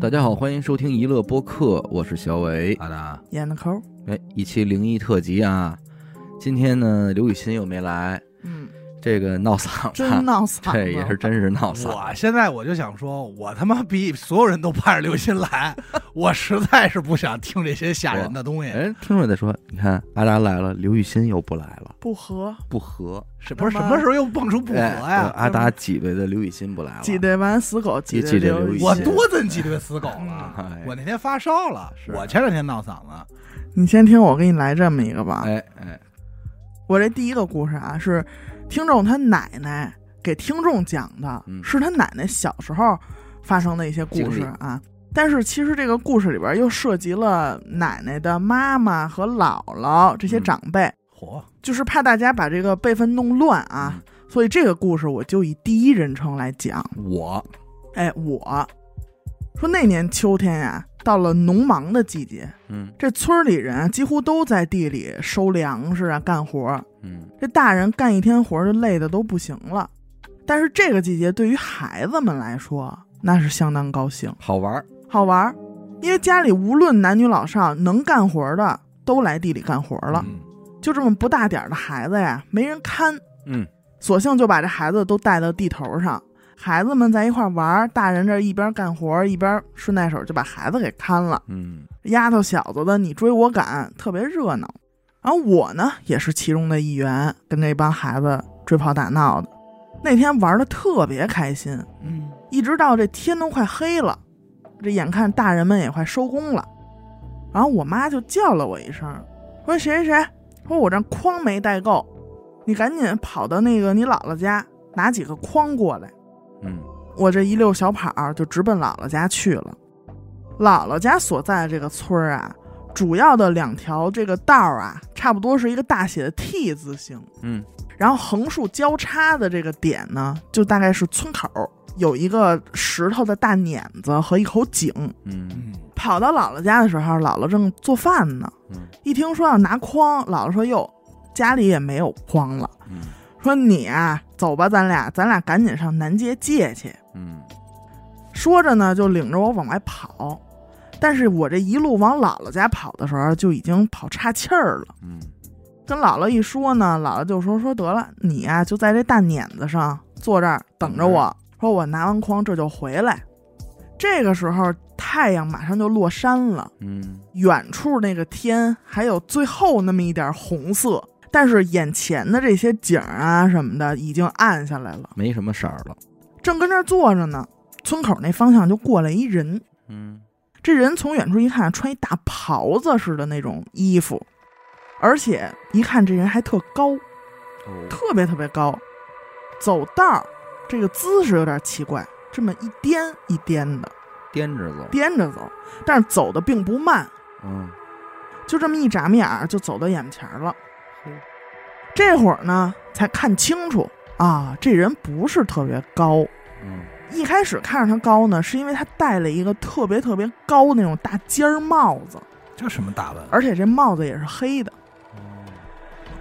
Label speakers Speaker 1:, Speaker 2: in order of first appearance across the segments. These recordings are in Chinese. Speaker 1: 大家好，欢迎收听娱乐播客，我是小伟。
Speaker 2: 好的，
Speaker 3: 演的抠，
Speaker 1: 哎，一期灵异特辑啊！今天呢，刘雨欣又没来，
Speaker 3: 嗯，
Speaker 1: 这个闹嗓
Speaker 3: 真
Speaker 1: 子，
Speaker 3: 闹嗓子，
Speaker 1: 这也是真是闹嗓子。
Speaker 2: 我现在我就想说，我他妈比所有人都盼着刘鑫来，我实在是不想听这些吓人的东西，
Speaker 1: 哎，听着在说，你看阿达来了，刘雨欣又不来了，
Speaker 3: 不合，
Speaker 1: 不和。
Speaker 2: 是不是什么时候又蹦出不和
Speaker 1: 哎
Speaker 2: 呀？
Speaker 1: 阿达挤兑的刘雨欣不来了，
Speaker 3: 挤兑完死狗，挤
Speaker 1: 挤
Speaker 3: 兑
Speaker 1: 兑
Speaker 3: 刘
Speaker 1: 刘雨
Speaker 3: 雨
Speaker 1: 欣
Speaker 2: 我
Speaker 3: 欣
Speaker 2: 多憎几对死狗了！
Speaker 1: 哎
Speaker 2: 我那天发烧了，
Speaker 1: 是
Speaker 2: 我前两天闹嗓子，
Speaker 3: 你先听我给你来这么一个吧。
Speaker 1: 哎哎，
Speaker 3: 我这第一个故事啊，是听众他奶奶给听众讲的，
Speaker 1: 嗯
Speaker 3: 是他奶奶小时候发生的一些故事啊。但是其实这个故事里边又涉及了奶奶的妈妈和姥姥这些
Speaker 1: 嗯
Speaker 3: 长辈，
Speaker 2: 嚯，
Speaker 3: 就是怕大家把这个辈分弄乱啊。
Speaker 1: 嗯
Speaker 3: 所以这个故事我就以第一人称来讲。
Speaker 1: 我
Speaker 3: 哎，我说那年秋天呀、到了农忙的季节，
Speaker 1: 嗯
Speaker 3: 这村儿里人啊几乎都在地里收粮食啊，干活儿。
Speaker 1: 嗯
Speaker 3: 这大人干一天活儿就累得都不行了，但是这个季节对于孩子们来说那是相当高兴、
Speaker 1: 好玩儿，
Speaker 3: 好玩儿，因为家里无论男女老少，能干活儿的都来地里干活儿了。
Speaker 2: 嗯
Speaker 3: 就这么不大点儿的孩子呀，没人看，
Speaker 1: 嗯
Speaker 3: 索性就把这孩子都带到地头上，孩子们在一块儿玩儿，大人这一边干活儿一边顺带手就把孩子给看了，
Speaker 1: 嗯
Speaker 3: 丫头小子的你追我赶，特别热闹。然后我呢也是其中的一员，跟那帮孩子追跑打闹的，那天玩的特别开心，
Speaker 2: 嗯，
Speaker 3: 一直到这天都快黑了，这眼看大人们也快收工了，然后我妈就叫了我一声，说谁谁谁，说我这筐没带够，你赶紧跑到那个你姥姥家拿几个筐过来。
Speaker 1: 嗯
Speaker 3: 我这一溜小跑儿就直奔姥姥家去了。姥姥家所在的这个村儿啊，主要的两条这个道儿啊，差不多是一个大写的 T 字形，
Speaker 1: 嗯
Speaker 3: 然后横竖交叉的这个点呢，就大概是村口儿有一个石头的大碾子和一口井。
Speaker 1: 嗯
Speaker 2: 嗯
Speaker 3: 跑到姥姥家的时候，姥姥正做饭呢，
Speaker 1: 嗯
Speaker 3: 一听说要拿筐，姥姥说：“哟，家里也没有筐了，
Speaker 1: 嗯
Speaker 3: 说你啊，走吧，咱俩，咱俩赶紧上南街借去。”
Speaker 1: 嗯
Speaker 3: 说着呢，就领着我往外跑。但是我这一路往姥姥家跑的时候，就已经跑岔气儿了。
Speaker 1: 嗯
Speaker 3: 跟姥姥一说呢，姥姥就说：“说得了，你呀、就在这大碾子上坐这儿等着我，说我拿完筐这就回来。”这个时候，太阳马上就落山了，
Speaker 1: 嗯
Speaker 3: 远处那个天还有最后那么一点红色，但是眼前的这些景儿啊什么的已经暗下来了。
Speaker 1: 没什么色儿了，
Speaker 3: 正跟这儿坐着呢，村口那方向就过来一人，
Speaker 1: 嗯
Speaker 3: 这人从远处一看，穿一大袍子似的那种衣服，而且一看这人还特高，
Speaker 1: 哦
Speaker 3: 特别特别高，走道儿这个姿势有点奇怪，这么一颠一颠的
Speaker 1: 颠着走，
Speaker 3: 颠着走，但是走的并不慢，
Speaker 1: 嗯
Speaker 3: 就这么一眨眼儿就走到眼前儿了
Speaker 1: 嗯。
Speaker 3: 这会儿呢，才看清楚啊，这人不是特别高。
Speaker 1: 嗯
Speaker 3: 一开始看着他高呢，是因为他戴了一个特别特别高那种大尖儿帽子，
Speaker 2: 这什么大文？
Speaker 3: 而且这帽子也是黑的。
Speaker 1: 嗯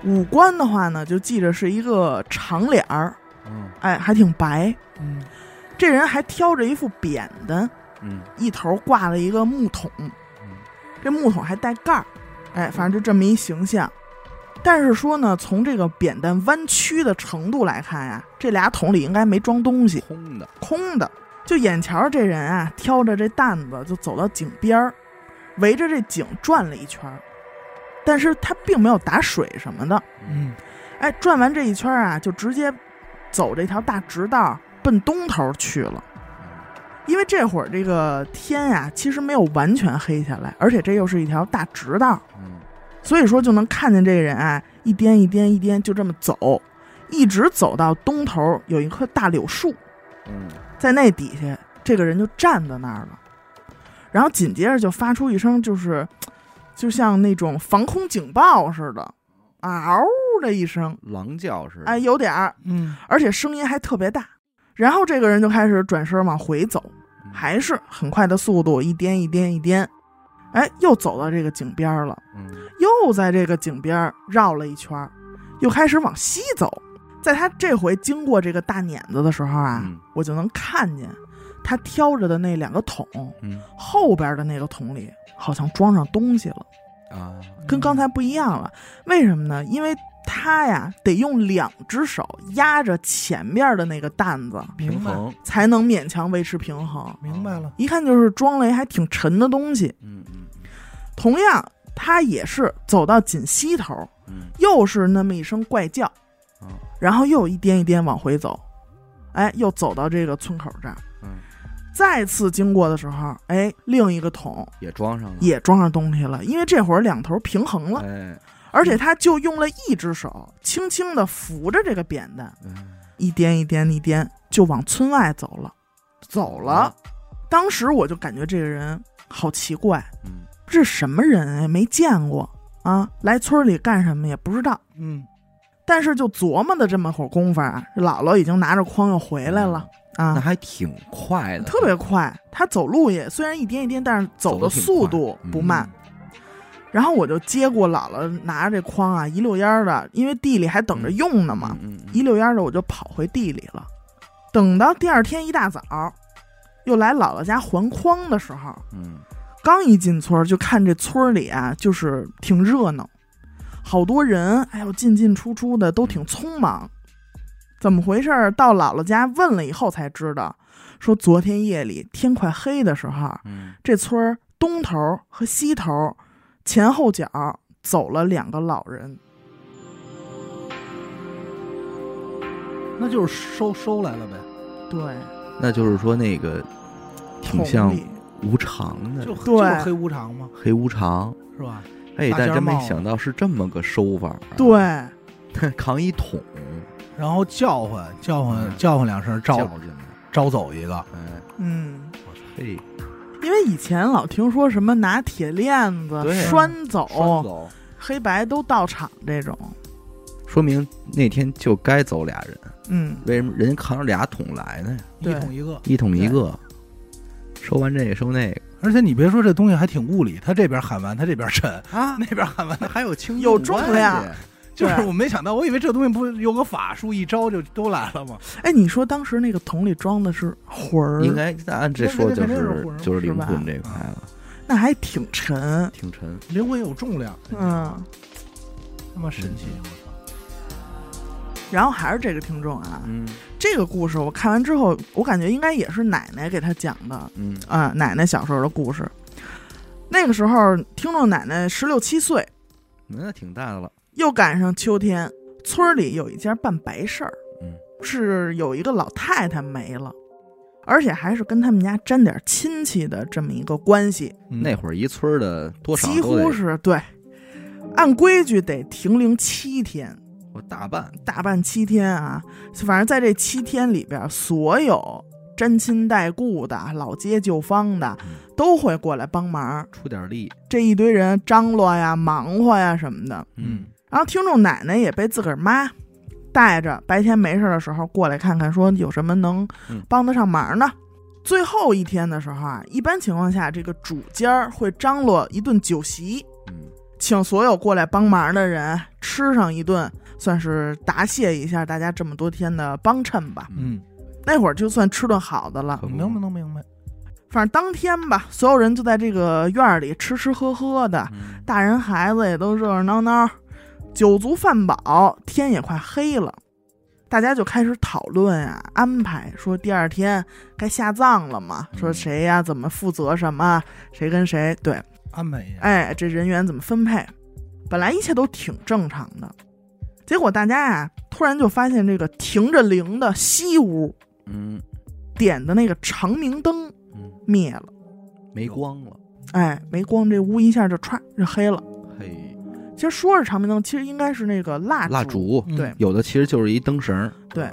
Speaker 3: 五官的话呢，就记着是一个长脸儿，
Speaker 1: 嗯
Speaker 3: 哎，还挺白。
Speaker 2: 嗯
Speaker 3: 这人还挑着一副扁担，
Speaker 1: 嗯
Speaker 3: 一头挂了一个木桶，这木桶还带盖儿，哎，反正就这么一形象。但是说呢，从这个扁担弯曲的程度来看呀，这俩桶里应该没装东西，
Speaker 1: 空的，
Speaker 3: 空的。就眼瞧着这人啊，挑着这担子就走到井边儿，围着这井转了一圈儿，但是他并没有打水什么的，
Speaker 2: 嗯，
Speaker 3: 哎，转完这一圈啊，就直接走这条大直道奔东头去了。因为这会儿这个天呀、其实没有完全黑下来，而且这又是一条大直道，
Speaker 1: 嗯
Speaker 3: 所以说就能看见这人啊，一颠一颠一颠就这么走，一直走到东头有一棵大柳树，
Speaker 1: 嗯
Speaker 3: 在那底下，这个人就站在那儿了，然后紧接着就发出一声就是，就像那种防空警报似的，啊嗷的一声，
Speaker 1: 狼叫似的，
Speaker 3: 哎，有点儿，
Speaker 2: 嗯，
Speaker 3: 而且声音还特别大。然后这个人就开始转身往回走，
Speaker 1: 嗯
Speaker 3: 还是很快的速度，一颠一颠一颠，哎，又走到这个井边儿了，
Speaker 1: 嗯
Speaker 3: 又在这个井边儿绕了一圈儿，又开始往西走。在他这回经过这个大碾子的时候啊，
Speaker 1: 嗯
Speaker 3: 我就能看见他挑着的那两个桶
Speaker 1: 嗯
Speaker 3: 后边的那个桶里好像装上东西了，
Speaker 1: 啊，
Speaker 3: 跟刚才不一样了。为什么呢？因为他呀得用两只手压着前面的那个担子，
Speaker 1: 平
Speaker 2: 明白
Speaker 1: 衡，
Speaker 3: 才能勉强维持平衡。
Speaker 2: 明白了，
Speaker 3: 一看就是装了一还挺沉的东西。
Speaker 1: 嗯嗯
Speaker 3: 同样，他也是走到锦溪头，
Speaker 1: 嗯
Speaker 3: 又是那么一声怪叫，
Speaker 1: 啊
Speaker 3: 然后又一颠一颠往回走，哎，又走到这个村口这儿。
Speaker 1: 嗯，
Speaker 3: 再次经过的时候，哎，另一个桶
Speaker 1: 也装上了，
Speaker 3: 也装上东西了，因为这会儿两头平衡了，
Speaker 1: 哎，
Speaker 3: 而且他就用了一只手轻轻地扶着这个扁担，
Speaker 1: 嗯
Speaker 3: 一颠一颠一颠就往村外走了，走了。当时我就感觉这个人好奇怪，
Speaker 1: 嗯
Speaker 3: 这什么人啊？没见过啊，来村里干什么也不知道。
Speaker 2: 嗯，
Speaker 3: 但是就琢磨的这么会儿功夫啊，姥姥已经拿着筐又回来了、
Speaker 1: 那
Speaker 3: 啊，
Speaker 1: 还挺快的，
Speaker 3: 特别快。她走路也虽然一颠一颠，但是走
Speaker 1: 得
Speaker 3: 的
Speaker 1: 挺
Speaker 3: 速
Speaker 1: 快
Speaker 3: 度
Speaker 1: 嗯
Speaker 3: 不慢。然后我就接过姥姥拿着这筐啊，一溜烟儿的，因为地里还等着用呢嘛，
Speaker 1: 嗯嗯嗯
Speaker 3: 一溜烟儿的我就跑回地里了。等到第二天一大早，又来姥姥家还筐的时候，
Speaker 1: 嗯
Speaker 3: 刚一进村儿就看这村儿里啊，就是挺热闹，好多人，哎呦进进出出的都挺匆忙。怎么回事儿？到姥姥家问了以后才知道，说昨天夜里天快黑的时候，
Speaker 1: 嗯
Speaker 3: 这村儿东头儿和西头儿前后脚儿走了两个老人，
Speaker 2: 嗯那就是收收来了呗，
Speaker 3: 对，
Speaker 1: 那就是说那个挺
Speaker 3: 桶
Speaker 1: 像
Speaker 3: 里
Speaker 1: 无常的
Speaker 2: 就
Speaker 3: 对
Speaker 2: 就是黑无常嘛，
Speaker 1: 黑无常，
Speaker 2: 是吧？
Speaker 1: 哎，
Speaker 2: 大
Speaker 1: 但
Speaker 2: 尖
Speaker 1: 真没
Speaker 2: 帽子
Speaker 1: 想到是这么个收法、啊，
Speaker 3: 对。
Speaker 1: 扛一桶
Speaker 2: 然后叫唤叫
Speaker 1: 嗯
Speaker 2: 唤叫唤两声，
Speaker 1: 照
Speaker 2: 招
Speaker 1: 进来，
Speaker 2: 招走一个，
Speaker 1: 哎，
Speaker 3: 嗯，
Speaker 1: 嘿，
Speaker 3: 因为以前老听说什么拿铁链子
Speaker 1: 对
Speaker 3: 拴走，
Speaker 1: 拴走，
Speaker 3: 黑白都到场这种，
Speaker 1: 说明那天就该走俩人，
Speaker 3: 嗯，
Speaker 1: 为什么人扛着俩桶来呢？
Speaker 2: 一
Speaker 3: 对
Speaker 2: 桶一个。
Speaker 1: 一桶一个，收完这个收那个
Speaker 2: 而且你别说这东西还挺物理，他这边喊完，他这边沉，
Speaker 1: 啊，
Speaker 2: 那边喊完，
Speaker 1: 那还有轻
Speaker 3: 有重量
Speaker 2: 就是
Speaker 3: 对
Speaker 2: 我没想到，我以为这东西不是有个法术，一招就都来了吗？
Speaker 3: 哎，你说当时那个桶里装的是魂儿，
Speaker 1: 应该按这说就
Speaker 2: 那那那
Speaker 1: 是
Speaker 2: 那是
Speaker 1: 就是灵
Speaker 3: 是吧
Speaker 1: 魂这块了，
Speaker 3: 那还挺沉。
Speaker 1: 挺沉。
Speaker 2: 灵魂有重量，
Speaker 3: 嗯，
Speaker 2: 他妈神奇！
Speaker 3: 然后还是这个听众啊，
Speaker 1: 嗯
Speaker 3: 这个故事我看完之后，我感觉应该也是奶奶给他讲的
Speaker 1: 嗯
Speaker 3: 啊、奶奶小时候的故事。那个时候，听众奶奶十六七岁，
Speaker 1: 那挺大的了。
Speaker 3: 又赶上秋天，村儿里有一家办白事儿，
Speaker 1: 嗯，
Speaker 3: 是有一个老太太没了，而且还是跟他们家沾点亲戚的这么一个关系。
Speaker 1: 那会儿一村儿的多少
Speaker 3: 几
Speaker 1: 都得
Speaker 3: 乎是对，按规矩得停灵七天，
Speaker 1: 我大半，
Speaker 3: 大半七天啊。反正在这七天里边，所有沾亲带故的、老街旧坊的
Speaker 1: 嗯
Speaker 3: 都会过来帮忙。
Speaker 1: 出点力。
Speaker 3: 这一堆人张罗呀、忙活呀什么的。
Speaker 2: 嗯
Speaker 3: 然后听众奶奶也被自个儿妈带着，白天没事的时候过来看看，说有什么能
Speaker 1: 嗯
Speaker 3: 帮得上忙呢。最后一天的时候啊，一般情况下，这个主家儿会张罗一顿酒席，
Speaker 1: 嗯
Speaker 3: 请所有过来帮忙的人吃上一顿，算是答谢一下大家这么多天的帮衬吧。
Speaker 1: 嗯，
Speaker 2: 嗯，
Speaker 3: 那会儿就算吃顿好的了
Speaker 1: 可，不
Speaker 2: 明白能明白。
Speaker 3: 反正当天吧，所有人就在这个院儿里吃吃喝喝的，
Speaker 1: 嗯
Speaker 3: 大人孩子也都热热闹闹，酒足饭饱，天也快黑了，大家就开始讨论啊，安排说第二天该下葬了嘛，说
Speaker 1: 嗯
Speaker 3: 谁呀、怎么负责什么，谁跟谁对。
Speaker 2: 安排一下，
Speaker 3: 哎，这人员怎么分配？本来一切都挺正常的，结果大家呀、突然就发现这个停着铃的西屋
Speaker 1: 嗯
Speaker 3: 点的那个长明灯
Speaker 1: 嗯，
Speaker 3: 灭了，
Speaker 1: 没光了，
Speaker 3: 哎，没光，这屋一下就歘就黑了。
Speaker 1: 嘿，
Speaker 3: 其实说是长明灯，其实应该是那个蜡烛，
Speaker 1: 蜡烛
Speaker 2: 嗯
Speaker 3: 对
Speaker 1: 有的其实就是一灯绳儿，
Speaker 3: 对。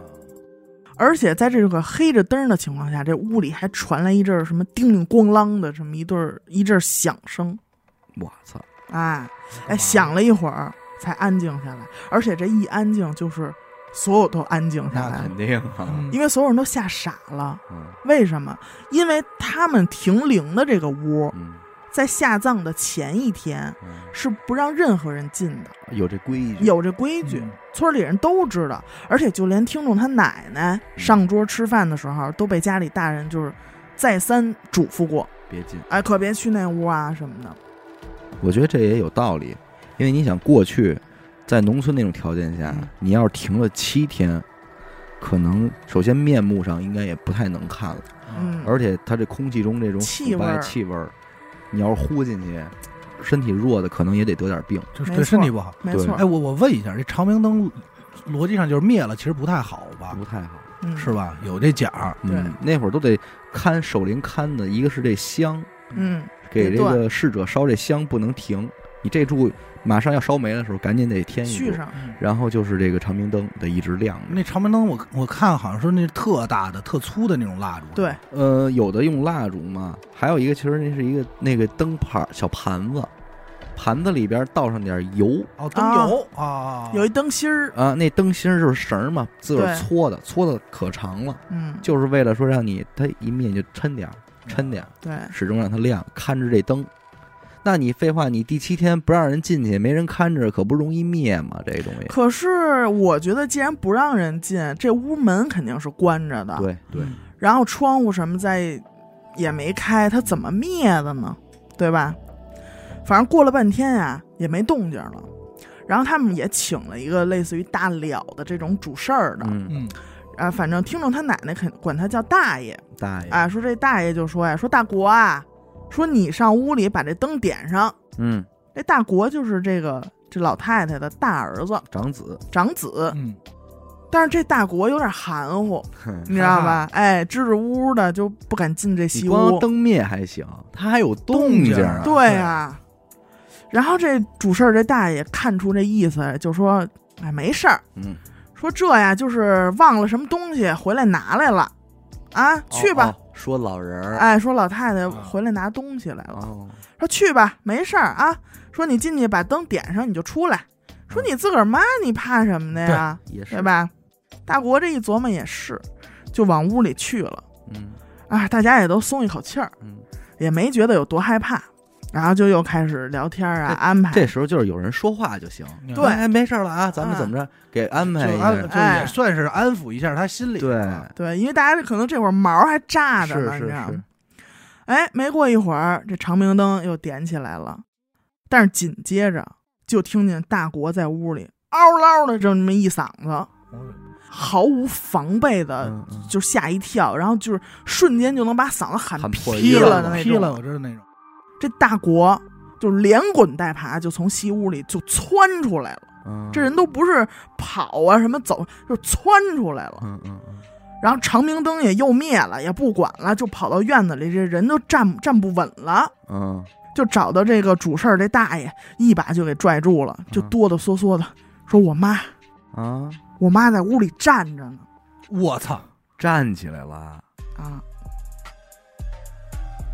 Speaker 3: 而且在这个黑着灯的情况下，这屋里还传来一阵儿什么叮铃咣啷的这么一对儿一阵儿响声，
Speaker 1: 我操，
Speaker 3: 哎，
Speaker 2: 干嘛
Speaker 3: 哎，想了一会儿才安静下来，而且这一安静就是所有都安静下
Speaker 2: 那
Speaker 3: 来了
Speaker 1: 肯。定啊，
Speaker 2: 嗯
Speaker 3: 因为所有人都吓傻了。
Speaker 1: 嗯
Speaker 3: 为什么？因为他们停灵的这个屋，
Speaker 1: 嗯
Speaker 3: 在下葬的前一天
Speaker 1: 嗯，
Speaker 3: 是不让任何人进的，
Speaker 1: 有这规矩，
Speaker 3: 有这规矩，
Speaker 2: 嗯
Speaker 3: 村里人都知道，而且就连听众他奶奶上桌吃饭的时候，都被家里大人就是再三嘱咐过，
Speaker 1: 别进。
Speaker 3: 哎，可别去那屋啊什么的。
Speaker 1: 我觉得这也有道理，因为你想过去在农村那种条件下
Speaker 2: 嗯，
Speaker 1: 你要是停了七天，可能首先面目上应该也不太能看了，
Speaker 2: 啊
Speaker 3: 嗯，
Speaker 1: 而且它这空气中这种
Speaker 3: 气
Speaker 1: 腐败
Speaker 3: 味儿
Speaker 1: 气味儿，你要是呼进去，身体弱的可能也得得点病。
Speaker 2: 就是
Speaker 3: 没
Speaker 2: 对
Speaker 3: 错
Speaker 2: 身体不好。
Speaker 3: 没
Speaker 1: 对
Speaker 3: 错
Speaker 2: 哎，，我我问一下，这长明灯逻辑上就是灭了，其实不太好吧？
Speaker 1: 不太好，
Speaker 3: 嗯
Speaker 2: 是？吧？有这讲儿，
Speaker 3: 对
Speaker 1: 嗯，那会儿都得看守灵看的，一个是这香，
Speaker 3: 嗯，
Speaker 1: 给
Speaker 3: 得
Speaker 1: 这
Speaker 3: 断
Speaker 1: 个逝者烧这香不能停，你这柱马上要烧没的时候，赶紧得添一
Speaker 3: 续
Speaker 1: 柱，
Speaker 3: 上，
Speaker 1: 然后就是这个长明灯得一直亮着。
Speaker 2: 那长明灯我我看好像说那是特大的、特粗的那种蜡烛，
Speaker 3: 对，
Speaker 1: 呃，有的用蜡烛嘛，还有一个其实那是一个那个灯盘小盘子，盘子里边倒上点油
Speaker 2: 哦，灯油啊，
Speaker 3: 有一灯芯儿，
Speaker 1: 啊，那灯芯儿就是绳儿嘛，自个儿
Speaker 3: 对
Speaker 1: 搓的，搓的可长了，
Speaker 3: 嗯，
Speaker 1: 就是为了说让你它一灭就抻点儿，抻点儿，
Speaker 3: 对，
Speaker 1: 始终让它亮，看着这灯。那你废话，你第七天不让人进去，没人看着，可不容易灭吗？这东西。
Speaker 3: 可是我觉得，既然不让人进，这屋门肯定是关着的，
Speaker 1: 对对，
Speaker 2: 嗯
Speaker 3: 然后窗户什么在也没开，它怎么灭的呢？对吧？反正过了半天呀、啊也没动静了。然后他们也请了一个类似于大了的这种主事儿的，
Speaker 1: 嗯，
Speaker 2: 嗯，
Speaker 3: 啊，反正听众他奶奶肯管他叫大爷
Speaker 1: 大爷，
Speaker 3: 啊，说这大爷就说呀，说大国啊，说你上屋里把这灯点上。
Speaker 1: 嗯，
Speaker 3: 这大国就是这个这老太太的大儿子
Speaker 1: 长子，
Speaker 3: 长 子，
Speaker 2: 嗯，
Speaker 3: 但是这大国有点含糊，
Speaker 1: 哼
Speaker 3: 你知道吧？哎，支支吾吾的就不敢进这
Speaker 1: 你
Speaker 3: 西
Speaker 1: 光
Speaker 3: 屋。
Speaker 1: 灯灭还行，它还有
Speaker 2: 动
Speaker 1: 静
Speaker 2: 静
Speaker 1: 儿啊
Speaker 2: 啊
Speaker 3: 对呀、然后这主事儿这大爷看出这意思，就说：“哎，没事儿，
Speaker 1: 嗯，
Speaker 3: 说这呀就是忘了什么东西回来拿来了，啊，去吧。
Speaker 1: 哦哦说老人儿，
Speaker 3: 哎，说老太太
Speaker 2: 啊
Speaker 3: 回来拿东西来了，
Speaker 1: 哦，
Speaker 3: 说去吧，没事儿啊。说你进去把灯点上，你就出来。说你自个儿妈，你怕什么的呀？
Speaker 1: 也是
Speaker 3: 对？吧？大国这一琢磨也是，就往屋里去了。
Speaker 1: 嗯
Speaker 3: 啊，大家也都松一口气儿，
Speaker 1: 嗯，
Speaker 3: 也没觉得有多害怕，然后就又开始聊天啊，安排
Speaker 1: 这时候就是有人说话就行。
Speaker 3: 对
Speaker 1: 哎，没事儿了啊，咱
Speaker 3: 嗯
Speaker 1: 们怎么着给安
Speaker 2: 就
Speaker 1: 排一
Speaker 2: 安
Speaker 1: 下？
Speaker 2: 就也算是安抚一下他心里，
Speaker 1: 对，
Speaker 2: 啊
Speaker 3: 对，因为大家可能这会儿毛还炸着
Speaker 1: 是
Speaker 3: 呢，你
Speaker 1: 是
Speaker 3: 知道吗
Speaker 1: 是？，
Speaker 3: 哎，没过一会儿，这长明灯又点起来了，但是紧接着就听见大国在屋里嗷嗷的这么一嗓子，毫无防备的
Speaker 1: 嗯嗯
Speaker 3: 就吓一跳，然后就是瞬间就能把嗓子喊
Speaker 1: 喊破
Speaker 3: 劈
Speaker 1: 音了
Speaker 3: 了的那
Speaker 2: 劈
Speaker 3: 种。
Speaker 2: 了，我知道那种，
Speaker 3: 这大国就连滚带爬就从西屋里就窜出来了，
Speaker 1: 嗯
Speaker 3: 这人都不是跑啊什么走，就窜出来了。
Speaker 1: 嗯嗯嗯，
Speaker 3: 然后长明灯也又灭了，也不管了，就跑到院子里，这人都站站不稳了。
Speaker 1: 嗯，
Speaker 3: 就找到这个主事儿这大爷，一把就给拽住了，就哆哆嗦嗦的说：“我妈，
Speaker 1: 啊，
Speaker 3: 我妈在屋里站着呢。
Speaker 2: 我操，
Speaker 1: 站起来了，”
Speaker 3: 啊，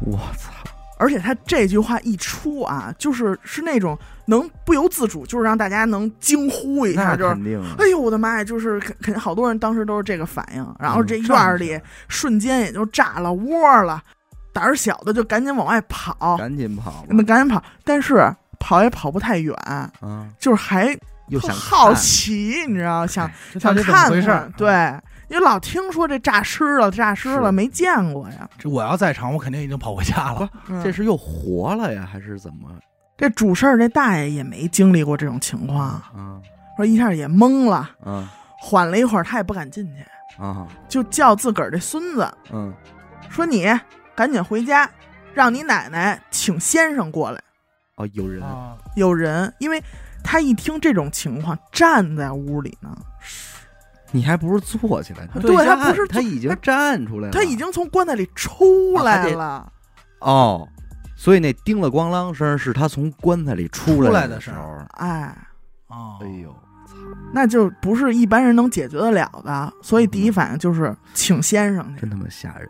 Speaker 1: 我操，
Speaker 3: 而且他这句话一出啊，就是是那种能不由自主，就是让大家能惊呼一下，
Speaker 1: 那
Speaker 3: 就是
Speaker 1: 肯定啊，
Speaker 3: 哎呦我的妈呀！就是肯肯定好多人当时都是这个反应，然后
Speaker 1: 嗯
Speaker 3: 这
Speaker 2: 站
Speaker 3: 院儿
Speaker 2: 起
Speaker 3: 里
Speaker 2: 来
Speaker 3: 瞬间也就炸了窝了，胆儿小的就赶紧往外跑，
Speaker 1: 赶紧跑吧，
Speaker 3: 那赶紧跑，但是跑也跑不太远，
Speaker 1: 啊，
Speaker 3: 就是还
Speaker 1: 又
Speaker 3: 特
Speaker 1: 想
Speaker 3: 好
Speaker 1: 看，
Speaker 3: 奇，你知道想
Speaker 2: 这到
Speaker 3: 想
Speaker 2: 底怎么
Speaker 3: 看
Speaker 2: 回事
Speaker 3: 看
Speaker 2: 儿？，
Speaker 3: 对，因为老听说这诈尸了，诈尸
Speaker 1: 是
Speaker 3: 了，没见过呀。
Speaker 2: 这我要在场，我肯定已经跑回家了。
Speaker 3: 嗯
Speaker 1: 这是又活了呀，还是怎么？
Speaker 3: 这主事儿这大爷也没经历过这种情况，
Speaker 1: 啊
Speaker 3: 说一下也懵了，
Speaker 1: 啊
Speaker 3: 缓了一会儿，他也不敢进去，
Speaker 1: 啊，
Speaker 3: 就叫自个儿这孙子
Speaker 1: 嗯，
Speaker 3: 说：“你赶紧回家，让你奶奶请先生过来。
Speaker 1: 哦，有人，
Speaker 2: 啊，
Speaker 3: 有人，因为他一听这种情况，站在屋里呢，
Speaker 1: 你还不是坐起来呢？
Speaker 3: 对
Speaker 1: 他
Speaker 3: 他不是
Speaker 1: 他已经
Speaker 3: 他
Speaker 1: 站出来了，
Speaker 3: 他已经从棺材里出
Speaker 1: 啊还
Speaker 3: 来
Speaker 1: 得
Speaker 3: 了。
Speaker 1: 哦，所以那叮了咣啷声是他从棺材里出
Speaker 2: 出
Speaker 1: 来
Speaker 2: 来的
Speaker 1: 时
Speaker 2: 声
Speaker 1: 候。
Speaker 3: 哎，
Speaker 2: 啊，
Speaker 1: 哎呦，操！
Speaker 3: 那就不是一般人能解决得了的，所以第一反应就是请先生去，
Speaker 1: 真他妈吓人。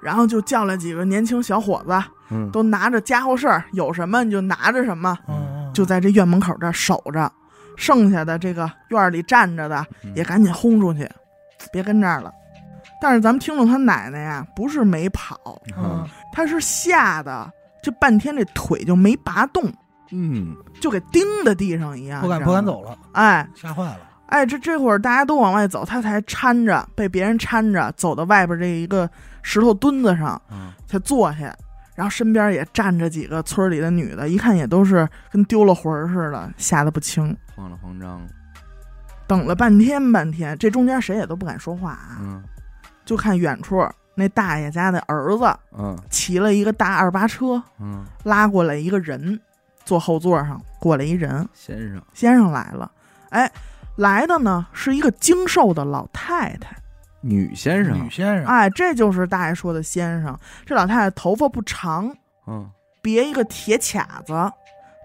Speaker 3: 然后就叫了几个年轻小伙子，
Speaker 1: 嗯，
Speaker 3: 都拿着家伙事儿，有什么你就拿着什么，
Speaker 2: 嗯，
Speaker 3: 就在这院门口这儿守着，剩下的这个院儿里站着的
Speaker 1: 嗯
Speaker 3: 也赶紧轰出去，别跟这儿了。但是咱们听众他奶奶呀，不是没跑，
Speaker 2: 嗯
Speaker 3: 他是吓得这半天这腿就没拔动，
Speaker 1: 嗯，
Speaker 3: 就给钉在地上一样，
Speaker 2: 不敢
Speaker 3: 你知
Speaker 2: 不
Speaker 3: 道
Speaker 2: 敢
Speaker 3: 吗。
Speaker 2: 嗯走了，
Speaker 3: 哎，
Speaker 2: 吓坏了。
Speaker 3: 哎，这这会儿大家都往外走，他才搀着，被别人搀着走到外边这一个石头墩子上，
Speaker 2: 嗯
Speaker 3: 才坐下。然后身边也站着几个村里的女的，一看也都是跟丢了魂儿似的，吓得不轻。
Speaker 1: 慌了慌张了，
Speaker 3: 等了半天半天，这中间谁也都不敢说话啊，
Speaker 1: 嗯
Speaker 3: 就看远处那大爷家的儿子
Speaker 1: 嗯
Speaker 3: 骑了一个大二八车，
Speaker 1: 嗯，
Speaker 3: 拉过来一个人，坐后座上过来一人，
Speaker 1: 先生，
Speaker 3: 先生来了，哎，来的呢是一个精瘦的老太太，
Speaker 1: 女先生
Speaker 2: 女，先生，
Speaker 3: 哎，这就是大爷说的先生。这老太太头发不长，
Speaker 1: 嗯
Speaker 3: 别一个铁卡子，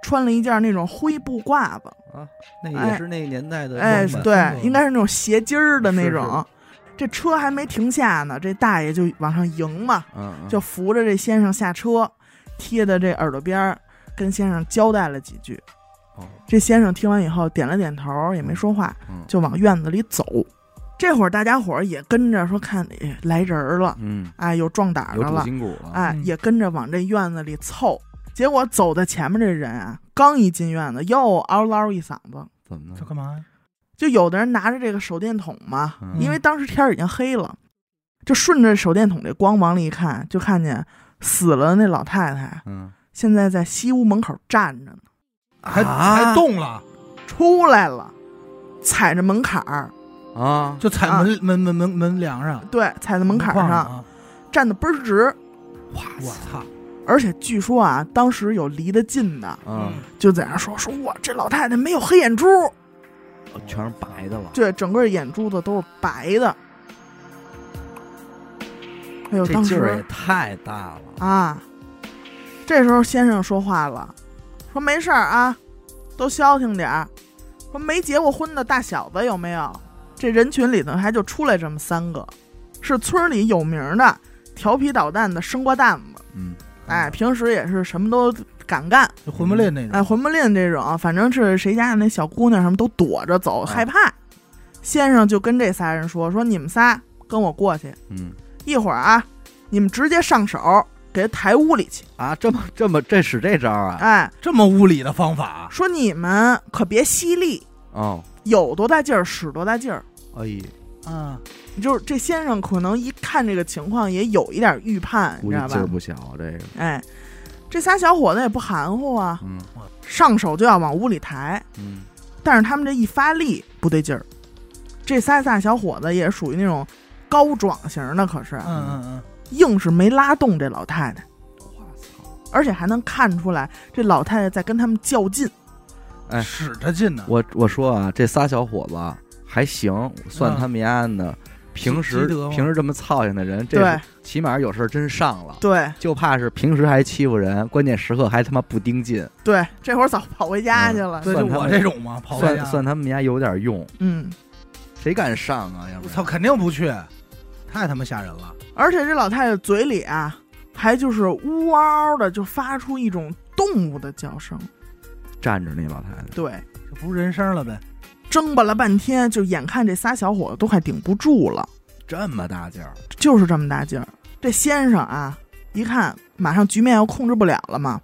Speaker 3: 穿了一件那种灰布褂子，
Speaker 1: 啊，那
Speaker 3: 哎
Speaker 1: 也是那个年代的
Speaker 3: 哎
Speaker 1: 样，板
Speaker 3: 对，应该是那种斜襟儿的那
Speaker 1: 是
Speaker 3: 种。这车还没停下呢，这大爷就往上迎嘛，
Speaker 1: 嗯嗯
Speaker 3: 就扶着这先生下车，贴在这耳朵边儿，跟先生交代了几句。
Speaker 1: 哦
Speaker 3: 这先生听完以后点了点头，也没说话，
Speaker 1: 嗯
Speaker 3: 就往院子里走。这会儿大家伙儿也跟着说看，哎来人儿了，
Speaker 1: 嗯，
Speaker 3: 哎，有壮胆儿
Speaker 1: 有
Speaker 3: 的
Speaker 1: 主
Speaker 3: 了，
Speaker 1: 心骨了，
Speaker 3: 哎，
Speaker 2: 嗯
Speaker 3: 也跟着往这院子里凑。结果走在前面这人啊，刚一进院子，又嗷唠一嗓子。
Speaker 1: 怎么
Speaker 2: 这
Speaker 1: 了？
Speaker 2: 干嘛呀？
Speaker 3: 就有的人拿着这个手电筒嘛，
Speaker 1: 嗯
Speaker 3: 因为当时天儿已经黑了，就顺着手电筒这光往里一看，就看见死了那老太太，
Speaker 1: 嗯，
Speaker 3: 现在在西屋门口站着呢，
Speaker 2: 还
Speaker 1: 啊
Speaker 2: 还动了，
Speaker 3: 出来了，踩着门槛儿，
Speaker 1: 啊，
Speaker 2: 就踩门门门门门梁上，
Speaker 3: 对，踩在门槛儿
Speaker 2: 框
Speaker 3: 上，
Speaker 2: 啊！
Speaker 3: 站得倍儿直。
Speaker 1: 哇
Speaker 2: 我操！
Speaker 3: 而且据说啊，当时有离得近的，
Speaker 1: 嗯，
Speaker 3: 就在那说说哇，这老太太没有黑眼珠，
Speaker 1: 哦全是白的了，
Speaker 3: 对，整个眼珠子都是白的。哎呦，
Speaker 1: 这
Speaker 3: 当
Speaker 1: 劲儿啊
Speaker 3: 时
Speaker 1: 也太大了，
Speaker 3: 啊，这时候先生说话了，说没事儿啊，都消停点儿。说没结过婚的大小子有没有？这人群里头还就出来这么三个，是村里有名的调皮捣蛋的生瓜蛋子。
Speaker 1: 嗯，
Speaker 3: 哎，，平时也是什么都敢干，
Speaker 2: 就混不吝那种
Speaker 3: 哎，魂不吝这种，反正是谁家的那小姑娘什么都躲着走，害怕。先生就跟这仨人说：“说你们仨跟我过去，
Speaker 1: 嗯
Speaker 3: 一会儿啊，你们直接上手给他抬屋里去。
Speaker 1: 啊，这么这么这使这招啊，
Speaker 3: 哎，
Speaker 2: 这么无理的方法，啊
Speaker 3: 说你们可别犀利，
Speaker 1: 哦，
Speaker 3: 有多大劲儿使多大劲儿。
Speaker 1: 哎呀，
Speaker 2: 啊，
Speaker 3: 就是这先生可能一看这个情况，也有一点预判，你
Speaker 1: 估
Speaker 3: 知
Speaker 1: 计
Speaker 3: 道
Speaker 1: 劲儿
Speaker 3: 吧？
Speaker 1: 不小啊，这个，
Speaker 3: 哎，这仨小伙子也不含糊啊，
Speaker 1: 嗯
Speaker 3: 上手就要往屋里抬。
Speaker 1: 嗯，
Speaker 3: 但是他们这一发力不对劲儿，这仨大小伙子也属于那种高壮型的，可是
Speaker 2: 嗯嗯
Speaker 3: 硬是没拉动这老太太，
Speaker 1: 哇操，
Speaker 3: 而且还能看出来这老太太在跟他们较劲。
Speaker 1: 哎
Speaker 2: 嗯，使着劲呢，
Speaker 1: 我我说啊，这仨小伙子啊还行，算他们家的。平时
Speaker 2: 积德吗
Speaker 1: 平时这么操心的人，这
Speaker 3: 对
Speaker 1: 是起码有事儿真上了，
Speaker 3: 对
Speaker 1: 就怕是平时还欺负人，关键时刻还他妈不盯紧，
Speaker 3: 对，这会儿早跑回家去了。
Speaker 2: 对，
Speaker 1: 嗯算
Speaker 2: 就
Speaker 1: 他
Speaker 2: 我
Speaker 1: 们
Speaker 2: 这种嘛，跑回
Speaker 1: 算
Speaker 2: 家
Speaker 1: 算他们家有点用，
Speaker 3: 嗯，
Speaker 1: 谁敢上啊？要不
Speaker 2: 我
Speaker 1: 然
Speaker 2: 操，肯定不去，太他妈吓人了，
Speaker 3: 而且这老太太嘴里啊，还就是呜嗷嗷的，就发出一种动物的叫声。
Speaker 1: 站着那老太太，
Speaker 3: 对，
Speaker 2: 这不是人声了呗？
Speaker 3: 挣巴了半天，就眼看这仨小伙子都快顶不住了，
Speaker 1: 这么大劲儿，
Speaker 3: 就是这么大劲儿。这先生啊，一看马上局面要控制不了了嘛，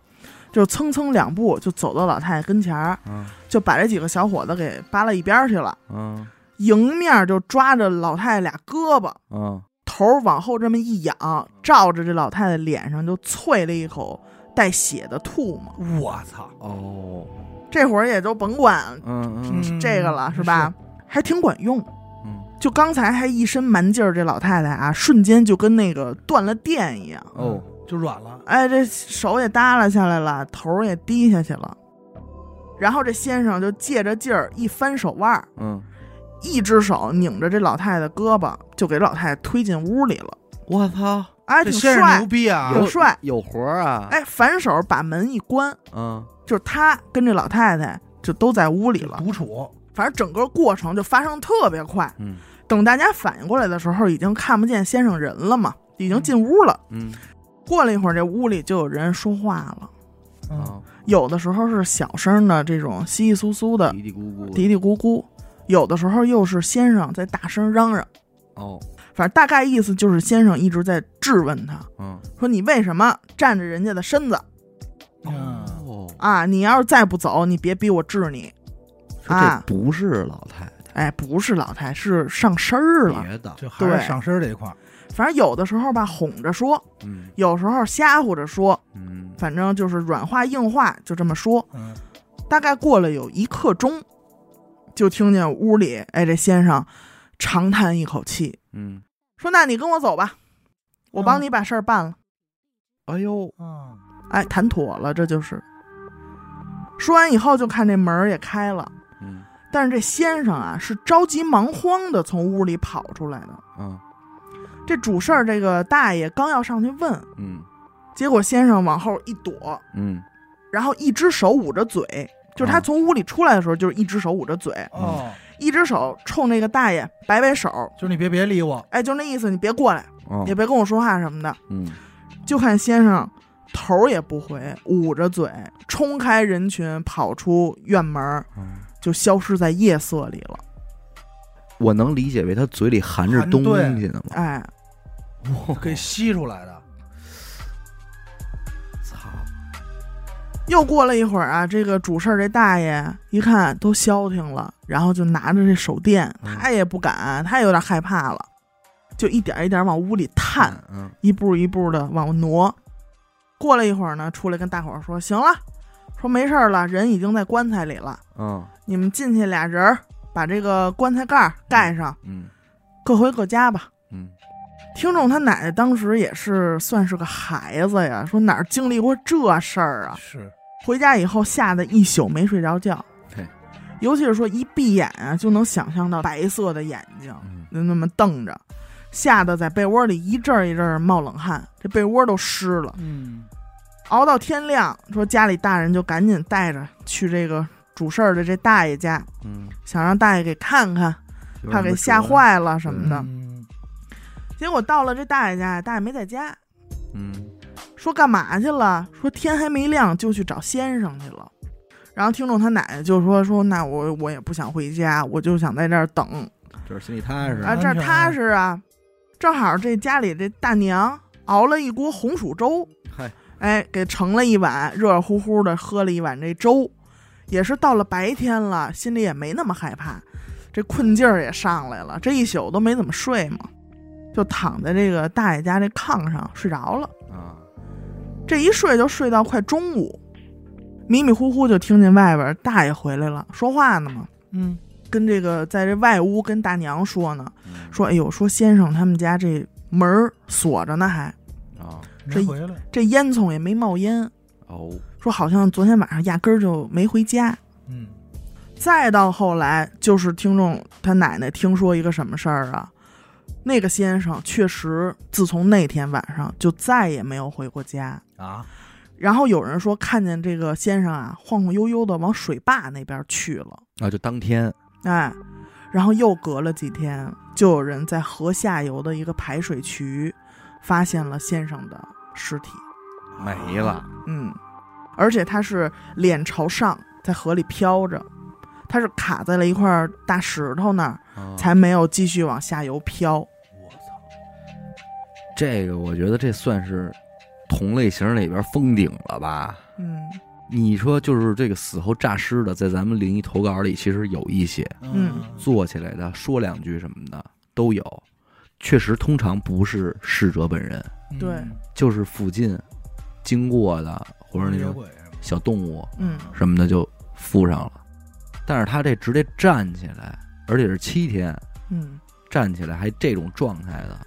Speaker 3: 就蹭蹭两步就走到老太太跟前儿，
Speaker 1: 嗯
Speaker 3: 就把这几个小伙子给扒拉一边儿去了，
Speaker 1: 嗯
Speaker 3: 迎面就抓着老太太俩胳膊，
Speaker 1: 嗯，
Speaker 3: 头儿往后这么一仰，照着这老太太脸上就啐了一口带血的吐沫。
Speaker 2: 我操，
Speaker 1: 哦，
Speaker 3: 这会儿也就甭管
Speaker 1: 嗯嗯
Speaker 2: 嗯
Speaker 3: 这个了，是吧？？还挺管用。
Speaker 1: 嗯，
Speaker 3: 就刚才还一身蛮劲儿，这老太太啊，瞬间就跟那个断了电一样，
Speaker 1: 哦，
Speaker 2: 就软了，
Speaker 3: 哎，这手也耷拉下来了，头儿也低下去了。然后这先生就借着劲儿一翻手腕儿，
Speaker 1: 嗯，
Speaker 3: 一只手拧着这老太太的胳膊，就给老太太推进屋里了。
Speaker 1: 我操，
Speaker 3: 哎，
Speaker 2: 这
Speaker 3: 挺
Speaker 2: 先生
Speaker 3: 帅
Speaker 2: 牛，逼啊！
Speaker 3: 挺
Speaker 1: 有
Speaker 3: 帅。
Speaker 1: 有活儿啊，，
Speaker 3: 哎，反手把门一关，
Speaker 1: 嗯，
Speaker 3: 就是他跟这老太太就都在屋里了。
Speaker 2: 独处，
Speaker 3: 反正整个过程就发生特别快。
Speaker 1: 嗯
Speaker 3: 等大家反应过来的时候，已经看不见先生人了嘛，已经进屋了。
Speaker 1: 嗯，
Speaker 3: 过了一会儿，这屋里就有人说话了，
Speaker 2: 嗯，
Speaker 1: 啊，
Speaker 3: 有的时候是小声的这种稀稀疏疏的
Speaker 1: 嘀嘀咕咕的，
Speaker 3: 嘀嘀咕咕，有的时候又是先生在大声嚷嚷。
Speaker 1: 哦，
Speaker 3: 反正大概意思就是先生一直在质问他，
Speaker 1: 嗯，
Speaker 3: 说你为什么占着人家的身子
Speaker 2: 嗯，
Speaker 1: 哦，
Speaker 3: 啊？你要是再不走，你别逼我治你。
Speaker 1: 说这
Speaker 3: 啊
Speaker 1: 不是老太太，
Speaker 3: 哎，不是老太，是上身儿了。
Speaker 1: 别的，
Speaker 2: 啊就还是
Speaker 3: 对
Speaker 2: 上身儿这一块儿。
Speaker 3: 反正有的时候吧，哄着说，
Speaker 1: 嗯
Speaker 3: 有时候吓唬着说，
Speaker 1: 嗯，
Speaker 3: 反正就是软化硬化，就这么说。
Speaker 2: 嗯，
Speaker 3: 大概过了有一刻钟，就听见屋里，哎，这先生长叹一口气，
Speaker 1: 嗯，
Speaker 3: 说：“那你跟我走吧，我帮你把事儿办了。
Speaker 1: 哎呦，
Speaker 2: 啊，
Speaker 3: 哎，谈妥了，这就是。说完以后，就看这门儿也开了，
Speaker 1: 嗯
Speaker 3: 但是这先生啊是着急忙慌的从屋里跑出来的。
Speaker 1: 啊
Speaker 3: 这主事儿这个大爷刚要上去问，
Speaker 1: 嗯
Speaker 3: 结果先生往后一躲，
Speaker 1: 嗯
Speaker 3: 然后一只手捂着嘴，就是他
Speaker 1: 嗯
Speaker 3: 从屋里出来的时候，就是一只手捂着嘴，
Speaker 2: 哦，
Speaker 3: 一只手冲那个大爷摆摆手，
Speaker 2: 就是你别别理我，
Speaker 3: 哎，就那意思，你别过来，
Speaker 1: 哦
Speaker 3: 也别跟我说话什么的。
Speaker 1: 嗯
Speaker 3: 就看先生头儿也不回，捂着嘴冲开人群，跑出院门儿，
Speaker 1: 嗯，
Speaker 3: 就消失在夜色里了。
Speaker 1: 我能理解为他嘴里含着
Speaker 2: 含
Speaker 1: 东
Speaker 2: 对
Speaker 1: 西呢吗？
Speaker 3: 哎，
Speaker 1: 我
Speaker 2: 给吸出来的。
Speaker 1: 操，
Speaker 3: 又过了一会儿啊，这个主事儿这大爷一看都消停了，然后就拿着这手电，
Speaker 1: 嗯
Speaker 3: 他也不敢，他也有点害怕了，就一点一点往屋里探，
Speaker 1: 嗯
Speaker 3: 一步一步的往挪。过了一会儿呢，出来跟大伙儿说：“行了，说没事儿了，人已经在棺材里了，
Speaker 1: 嗯
Speaker 3: 你们进去俩人儿把这个棺材盖儿盖上，
Speaker 1: 嗯
Speaker 3: 各回各家吧。”
Speaker 1: 嗯
Speaker 3: 听众他奶奶当时也是算是个孩子呀，说哪儿经历过这事儿啊？
Speaker 2: 是，
Speaker 3: 回家以后吓得一宿没睡着觉
Speaker 1: 对。
Speaker 3: 尤其是说一闭眼啊，就能想象到白色的眼睛，
Speaker 1: 嗯，
Speaker 3: 就那么瞪着，吓得在被窝里一阵儿一阵儿冒冷汗，这被窝都湿了。
Speaker 2: 嗯，
Speaker 3: 熬到天亮，说家里大人就赶紧带着去这个主事儿的这大爷家，
Speaker 1: 嗯，
Speaker 3: 想让大爷给看看，
Speaker 1: 有
Speaker 3: 怕
Speaker 1: 点
Speaker 3: 给
Speaker 1: 不
Speaker 3: 吓
Speaker 1: 辙，
Speaker 3: 坏了什么的。
Speaker 2: 嗯
Speaker 3: 结果到了这大爷家，大爷没在家，
Speaker 1: 嗯
Speaker 3: 说干嘛去了？说天还没亮就去找先生去了。然后听众他奶奶就说说那我我也不想回家，我就想在这儿等
Speaker 1: 这是心里踏实
Speaker 3: 啊，
Speaker 2: 安
Speaker 3: 这儿
Speaker 2: 全啊
Speaker 3: 踏实啊。正好这家里这大娘熬了一锅红薯粥，
Speaker 1: 嗨，
Speaker 3: 哎，给盛了一碗，热热乎乎的喝了一碗这粥，也是到了白天了，心里也没那么害怕，这困劲儿也上来了，这一宿都没怎么睡嘛，就躺在这个大爷家这炕上睡着了。
Speaker 1: 啊，
Speaker 3: 这一睡就睡到快中午，迷迷糊糊就听见外边大爷回来了，说话呢嘛，
Speaker 2: 嗯，
Speaker 3: 跟这个在这外屋跟大娘说呢，
Speaker 1: 嗯
Speaker 3: 说哎呦，说先生他们家这门儿锁着呢还，
Speaker 1: 啊
Speaker 2: 没
Speaker 3: 这
Speaker 2: 回来，
Speaker 3: 这烟囱也没冒烟，
Speaker 1: 哦，
Speaker 3: 说好像昨天晚上压根儿就没回家。
Speaker 2: 嗯，
Speaker 3: 再到后来，就是听众他奶奶听说一个什么事儿啊，那个先生确实自从那天晚上就再也没有回过家。
Speaker 2: 啊，
Speaker 3: 然后有人说看见这个先生啊晃晃悠悠的往水坝那边去了，
Speaker 1: 啊，就当天，
Speaker 3: 哎，然后又隔了几天，就有人在河下游的一个排水渠发现了先生的尸体，
Speaker 1: 没了，
Speaker 3: 嗯，而且他是脸朝上在河里飘着，他是卡在了一块大石头那儿，
Speaker 1: 啊
Speaker 3: 才没有继续往下游飘。
Speaker 2: 我操，
Speaker 1: 这个我觉得这算是同类型里边封顶了吧？
Speaker 3: 嗯
Speaker 1: 你说就是这个死后诈尸的，在咱们灵异投稿里其实有一些
Speaker 3: 嗯
Speaker 1: 做起来的，说两句什么的都有，确实通常不是逝者本人，
Speaker 2: 嗯
Speaker 3: 对
Speaker 1: 就是附近经过的或者那
Speaker 2: 野
Speaker 1: 种
Speaker 2: 鬼什么
Speaker 1: 小动物
Speaker 3: 嗯
Speaker 1: 什么的就附上了。但是他这直接站起来，而且是七天
Speaker 3: 嗯，
Speaker 1: 站起来还这种状态的，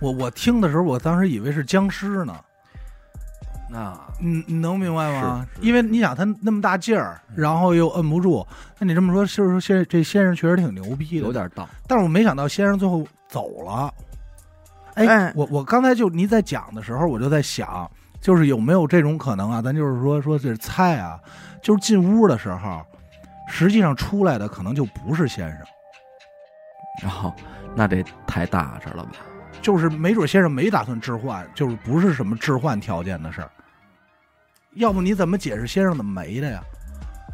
Speaker 2: 我我听的时候，我当时以为是僵尸呢，
Speaker 1: 那
Speaker 2: 你你嗯能明白吗？
Speaker 1: 是是嗯
Speaker 2: 因为你想他那么大劲儿，然后又摁不住，那你这么说，就是说先这先生确实挺牛逼的，
Speaker 1: 有。点道。
Speaker 2: 但是我没想到先生最后走了。哎，
Speaker 1: 嗯
Speaker 3: 哎
Speaker 2: 我我刚才就您在讲的时候，我就在想，就是有没有这种可能啊？咱就是说说这是猜啊，就是进屋的时候，实际上出来的可能就不是先生，
Speaker 1: 然后那这太大事了吧？
Speaker 2: 就是没准先生没打算置换，就是不是什么置换条件的事儿。要不你怎么解释先生怎么没的呀？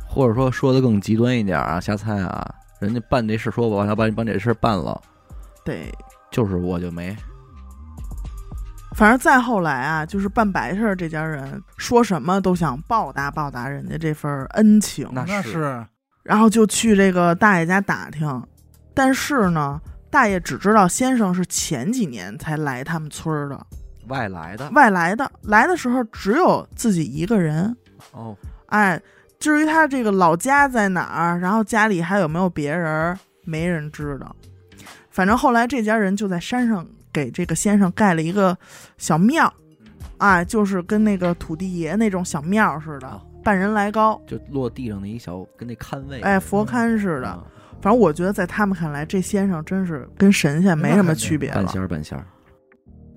Speaker 1: 或者说说的更极端一点啊，瞎猜啊，人家办这事说我要把你把这事办了，
Speaker 3: 对。
Speaker 1: 就是我就没
Speaker 3: 哦反正再后来啊，就是办白事儿这家人说什么都想报答报答人家这份儿恩情，
Speaker 1: 那
Speaker 2: 那
Speaker 1: 是
Speaker 2: 是
Speaker 3: 然后就去这个大爷家打听，但是呢，大爷只知道先生是前几年才来他们村儿的，
Speaker 1: 外来的
Speaker 3: 外来的，来的时候只有自己一个人。
Speaker 1: 哦，
Speaker 3: 哎，至于他这个老家在哪儿，然后家里还有没有别人儿，没人知道。反正后来这家人就在山上给这个先生盖了一个小庙，啊，就是跟那个土地爷那种小庙似的
Speaker 1: 啊，
Speaker 3: 半人来高，
Speaker 1: 就落地上的一小跟那龛位嗯
Speaker 3: 哎，佛龛似
Speaker 1: 哦
Speaker 3: 的。反正我觉得在他们看来，这先生真是跟神仙没什么区别
Speaker 1: 半
Speaker 3: 了，
Speaker 1: 仙儿半仙儿，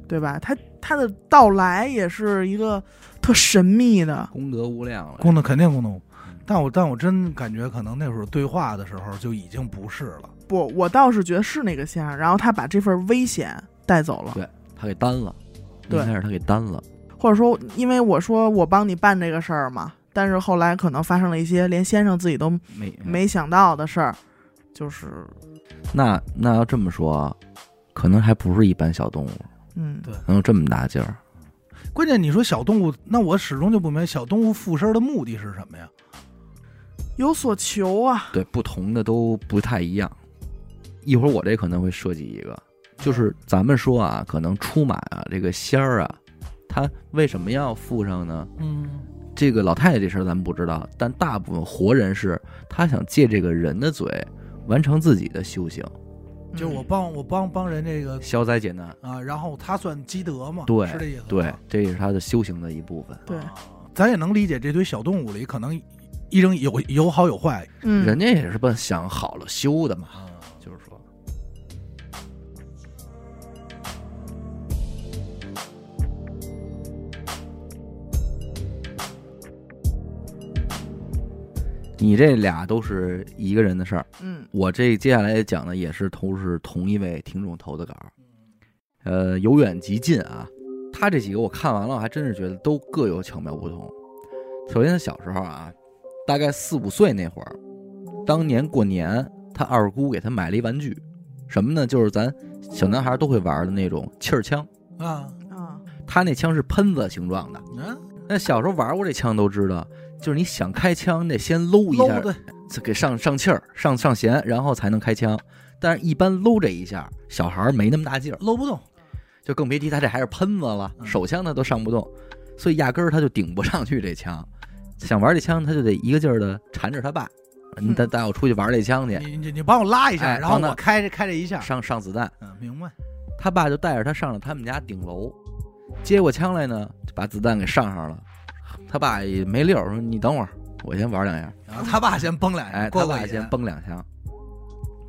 Speaker 3: 对吧？他他的到来也是一个特神秘的，
Speaker 1: 功德无量了。
Speaker 2: 功能肯定功能，
Speaker 1: 嗯
Speaker 2: 但我但我真感觉可能那会儿对话的时候就已经不是了。
Speaker 3: 不，我倒是觉得是那个先生，然后他把这份危险带走了，
Speaker 1: 他给担了，一
Speaker 3: 对
Speaker 1: 开始他给担了，
Speaker 3: 或者说，因为我说我帮你办这个事儿嘛，但是后来可能发生了一些连先生自己
Speaker 2: 嗯
Speaker 3: 都
Speaker 1: 没
Speaker 3: 没想到的事儿，就是
Speaker 1: 那那要这么说啊，可能还不是一般小动物，
Speaker 3: 嗯，
Speaker 2: 对
Speaker 1: 能有这么大劲儿。
Speaker 2: 关键你说小动物，那我始终就不明白小动物附身的目的是什么呀？
Speaker 3: 有所求啊，
Speaker 1: 对，不同的都不太一样。一会儿我这可能会设计一个，就是咱们说啊，可能出马啊，这个仙儿啊，他为什么要附上呢？
Speaker 2: 嗯，
Speaker 1: 这个老太太这事儿咱们不知道，但大部分活人是她想借这个人的嘴完成自己的修行，
Speaker 2: 就
Speaker 3: 嗯
Speaker 2: 我帮我帮帮人这个
Speaker 1: 消灾解难。
Speaker 2: 啊，然后他算积德嘛，
Speaker 1: 对
Speaker 2: 是这意思吧。
Speaker 1: 对，这也是她的修行的一部分。
Speaker 3: 对，
Speaker 2: 啊咱也能理解这堆小动物里可能一定有有好有坏。
Speaker 3: 嗯，
Speaker 1: 人家也是奔想好了修的嘛，就是说。你这俩都是一个人的事儿，
Speaker 3: 嗯
Speaker 1: 我这接下来讲的也是都是同一位听众投的稿，呃，由远及近啊。他这几个我看完了，我还真是觉得都各有巧妙不同。首先，他小时候啊，大概四五岁那会儿，当年过年，他二姑给他买了一玩具，什么呢？就是咱小男孩都会玩的那种气儿枪。
Speaker 2: 啊，
Speaker 3: 啊，
Speaker 1: 他那枪是喷子形状的，
Speaker 2: 嗯，
Speaker 1: 那小时候玩过这枪都知道，就是你想开枪，你得先搂一
Speaker 2: 搂
Speaker 1: 下，
Speaker 2: 的
Speaker 1: 这给上上气儿、上上弦，然后才能开枪。但是，一般搂这一下，小孩儿没那么大劲儿，
Speaker 2: 搂不动，
Speaker 1: 就更别提他这还是喷子了，
Speaker 2: 嗯
Speaker 1: 手枪他都上不动，所以压根儿他就顶不上去这枪。想玩这枪，他就得一个劲儿的缠着他爸，你带带我出去玩这枪去，
Speaker 2: 你你你帮我拉一下，
Speaker 1: 哎
Speaker 2: 然后
Speaker 1: 帮他
Speaker 2: 我开这开这一下。
Speaker 1: 上上子弹。
Speaker 2: 嗯，明白。
Speaker 1: 他爸就带着他上了他们家顶楼，接过枪来呢，就把子弹给上上了。他爸也没溜儿，说你等会儿，我先玩两下。
Speaker 2: 然后他爸先崩两
Speaker 1: 哎，他
Speaker 2: 下，过过
Speaker 1: 爸
Speaker 2: 瘾啊
Speaker 1: 先，崩两枪，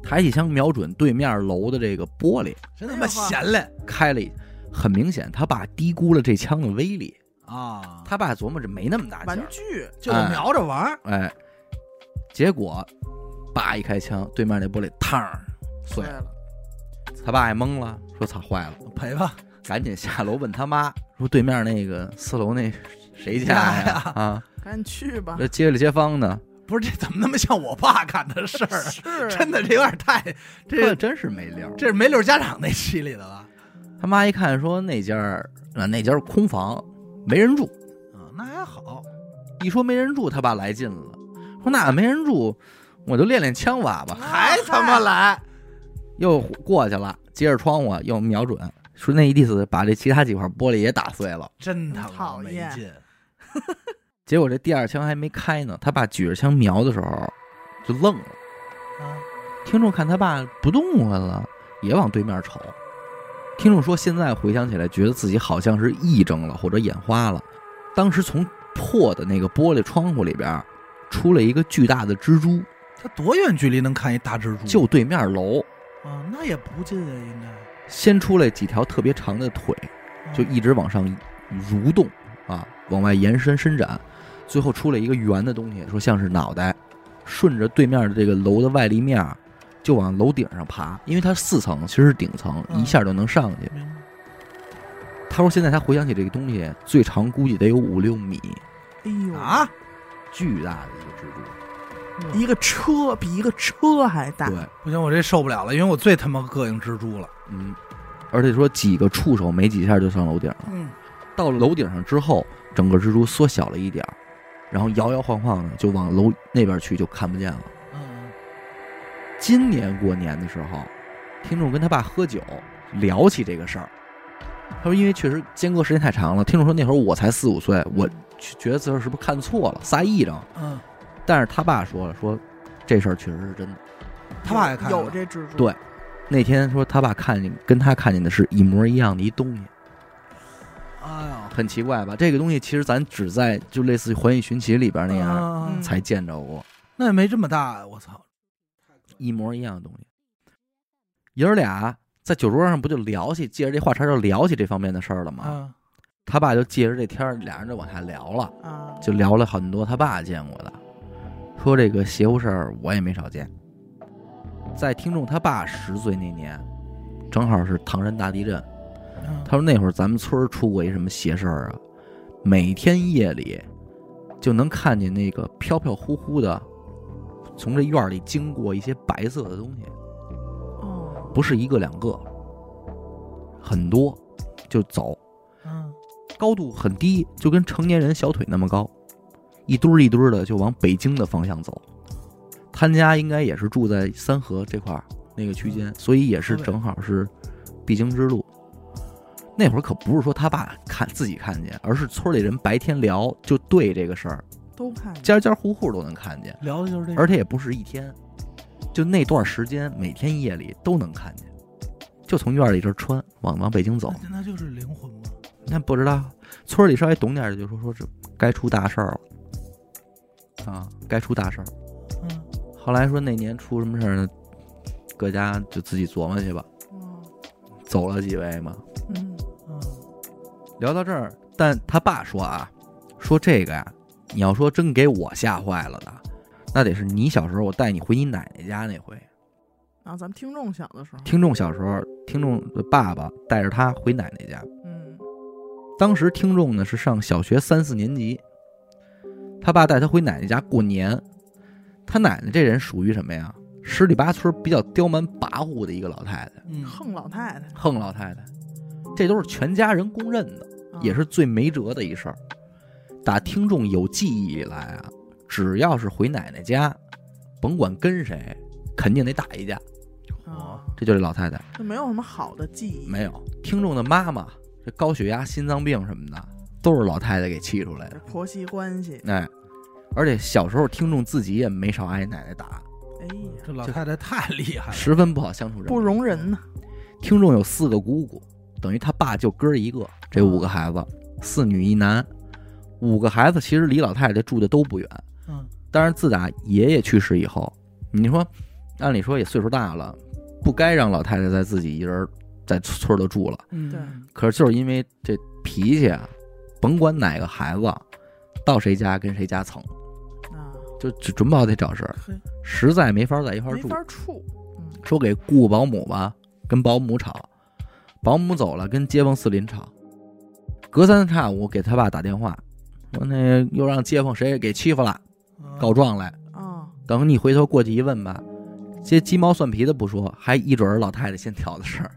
Speaker 1: 抬起枪瞄准对面楼的这个玻璃，
Speaker 2: 真他妈
Speaker 1: 哎
Speaker 2: 闲嘞
Speaker 1: 开了一。很明显，他爸低估了这枪的威力。
Speaker 2: 啊！
Speaker 1: 他爸琢磨着没那么大劲
Speaker 3: 玩
Speaker 1: 儿，
Speaker 3: 具，
Speaker 2: 就是瞄着玩儿，
Speaker 1: 哎，结果叭一开枪，对面那玻璃嘡儿碎
Speaker 3: 对
Speaker 1: 了。
Speaker 3: 了，
Speaker 1: 他爸也懵了，说：“操，坏了！”
Speaker 2: 赔吧。
Speaker 1: 赶紧下楼问他妈，说对面那个四楼那谁家
Speaker 2: 家
Speaker 1: 呀
Speaker 2: 呀？
Speaker 1: 啊，
Speaker 3: 赶紧去吧，
Speaker 1: 这街里街坊的，
Speaker 2: 不是这怎么那么像我爸干的事儿啊？
Speaker 3: 是
Speaker 2: 真的这有点太，
Speaker 1: 这
Speaker 2: 这
Speaker 1: 真是没溜儿。
Speaker 2: 这是没溜家长那系列的了。
Speaker 1: 他妈一看说那家儿啊那家儿空房没人住，
Speaker 2: 啊，那还好，
Speaker 1: 一说没人住，他爸来劲了，说那没人住，我就练练枪法
Speaker 3: 啊
Speaker 1: 吧。
Speaker 2: 还他妈来，
Speaker 1: 又过去了，接着窗户又瞄准，说那意思把这其他几块玻璃也打碎了。
Speaker 2: 真他妈
Speaker 3: 讨
Speaker 2: 没
Speaker 3: 厌
Speaker 2: 劲。
Speaker 1: 结果这第二枪还没开呢，他爸举着枪瞄的时候就愣了。
Speaker 2: 啊，
Speaker 1: 听众看他爸不动弹了，也往对面瞅。听众说，现在回想起来，觉得自己好像是癔症了或者眼花了。当时从破的那个玻璃窗户里边出了一个巨大的蜘蛛，
Speaker 2: 他多远距离能看一大蜘蛛？嗯
Speaker 1: 就对面楼，
Speaker 2: 啊，那也不近啊，应该
Speaker 1: 先出来几条特别长的腿，
Speaker 2: 啊
Speaker 1: 就一直往上蠕动啊，往外延伸伸展，最后出了一个圆的东西，说像是脑袋，顺着对面的这个楼的外立面儿就往楼顶上爬，因为它四层其实是顶层，
Speaker 2: 嗯
Speaker 1: 一下就能上去。
Speaker 2: 明白
Speaker 1: 他说现在他回想起这个东西，最长估计得有五六米，
Speaker 3: 哎呦，
Speaker 2: 啊，
Speaker 1: 巨大的一个蜘蛛。
Speaker 3: 一个车比一个车还大，
Speaker 1: 对，
Speaker 2: 不行，我这受不了了，因为我最他妈膈应蜘蛛了。
Speaker 1: 嗯，而且说几个触手没几下就上楼顶了。
Speaker 2: 嗯，
Speaker 1: 到了楼顶上之后，整个蜘蛛缩小了一点儿，然后摇摇晃晃的就往楼那边去，就看不见了。
Speaker 2: 嗯，
Speaker 1: 今年过年的时候，听众跟他爸喝酒聊起这个事儿，他说因为确实间隔时间太长了，听众说那会儿我才四五岁，我觉得自个儿是不是看错了，撒一张。
Speaker 2: 嗯，
Speaker 1: 但是他爸说了，说这事儿确实是真的。
Speaker 2: 他爸也看
Speaker 3: 有
Speaker 2: 了
Speaker 3: 这蜘蛛，
Speaker 1: 对那天说他爸看见跟他看见的是一模一样的一东西，
Speaker 2: 哎呀，
Speaker 1: 很奇怪吧？这个东西其实咱只在就类似于《环宇寻奇》里边那样
Speaker 2: 啊
Speaker 3: 嗯
Speaker 1: 才见着过，
Speaker 2: 那也没这么大，我操！
Speaker 1: 一模一样的东西。爷儿俩在酒桌上不就聊起，借着这话茬就聊起这方面的事儿了吗？
Speaker 2: 啊，
Speaker 1: 他爸就借着这天儿，俩人就往下聊了，
Speaker 3: 啊，
Speaker 1: 就聊了很多他爸见过的，说这个邪乎事儿我也没少见。在听众他爸十岁那年，正好是唐山大地震，
Speaker 2: 嗯
Speaker 1: 他说那会儿咱们村儿出过一什么邪事儿啊，每天夜里就能看见那个飘飘忽忽的从这院儿里经过一些白色的东西，
Speaker 3: 哦，
Speaker 2: 嗯
Speaker 1: 不是一个两个，很多就走，
Speaker 3: 嗯，
Speaker 1: 高度很低，就跟成年人小腿那么高，一堆儿一堆儿的就往北京的方向走。他家应该也是住在三河这块儿那个区间，所以也是正好是必经之路。那会儿可不是说他爸看自己看见，而是村里人白天聊就对这个事儿，
Speaker 3: 都看见，
Speaker 1: 家家户户都能看见，
Speaker 2: 聊的就是这
Speaker 1: 而
Speaker 2: 个，
Speaker 1: 且也不是一天，就那段时间每天夜里都能看见，就从院里这儿穿往往北京走。
Speaker 2: 那那就是灵魂吗？
Speaker 1: 那不知道，村里稍微懂点的就说说这该出大事儿了，啊，该出大事儿。
Speaker 2: 嗯，
Speaker 1: 后来说那年出什么事儿呢？各家就自己琢磨去吧。
Speaker 3: 哦
Speaker 1: 走了几位嘛，
Speaker 3: 嗯，
Speaker 2: 嗯
Speaker 1: 聊到这儿，但他爸说啊，说这个呀、你要说真给我吓坏了的，那得是你小时候我带你回你奶奶家那回。
Speaker 3: 然啊后咱们听众小的时候，
Speaker 1: 听众小时候，听众的爸爸带着他回奶奶家，
Speaker 3: 嗯，
Speaker 1: 当时听众呢是上小学三四年级，他爸带他回奶奶家过年。他奶奶这人属于什么呀？十里八村比较刁蛮跋扈的一个老太太，
Speaker 2: 嗯，
Speaker 3: 横老太太
Speaker 1: 横老太太，这都是全家人公认的，
Speaker 3: 啊
Speaker 1: 也是最没辙的一事儿。打听众有记忆以来啊，只要是回奶奶家，甭管跟谁，肯定得打一架。
Speaker 3: 啊，
Speaker 1: 这就是老太太。
Speaker 3: 就没有什么好的记忆，
Speaker 1: 没有听众的妈妈，这高血压、心脏病什么的，都是老太太给气出来的。
Speaker 3: 婆媳关系，
Speaker 1: 哎，而且小时候听众自己也没少挨奶奶打，
Speaker 3: 哎呀，
Speaker 2: 这老太太太厉害了，
Speaker 1: 十分不好相处人。
Speaker 3: 不容人呐，
Speaker 1: 听众有四个姑姑，等于他爸就哥儿一个，这五个孩子，四女一男，五个孩子其实离老太太住的都不远。
Speaker 2: 嗯，
Speaker 1: 但是自打爷爷去世以后，你说，按理说也岁数大了，不该让老太太再自己一人儿在村儿里住了。
Speaker 2: 嗯
Speaker 3: 对
Speaker 1: 可是就是因为这脾气啊，甭管哪个孩子，到谁家跟谁家蹭，
Speaker 3: 啊，
Speaker 1: 就就准不好得找事儿，
Speaker 2: 嘿
Speaker 1: 实在没法在一块儿
Speaker 3: 没
Speaker 1: 住。
Speaker 3: 法处，
Speaker 1: 说给雇保姆吧，跟保姆吵；保姆走了，跟街坊四邻吵。隔三差五给他爸打电话，说那又让街坊谁给欺负了，
Speaker 2: 嗯
Speaker 1: 告状来。
Speaker 3: 啊，
Speaker 1: 等你回头过去一问吧，这鸡毛蒜皮的不说，还一准儿老太太先挑的事儿，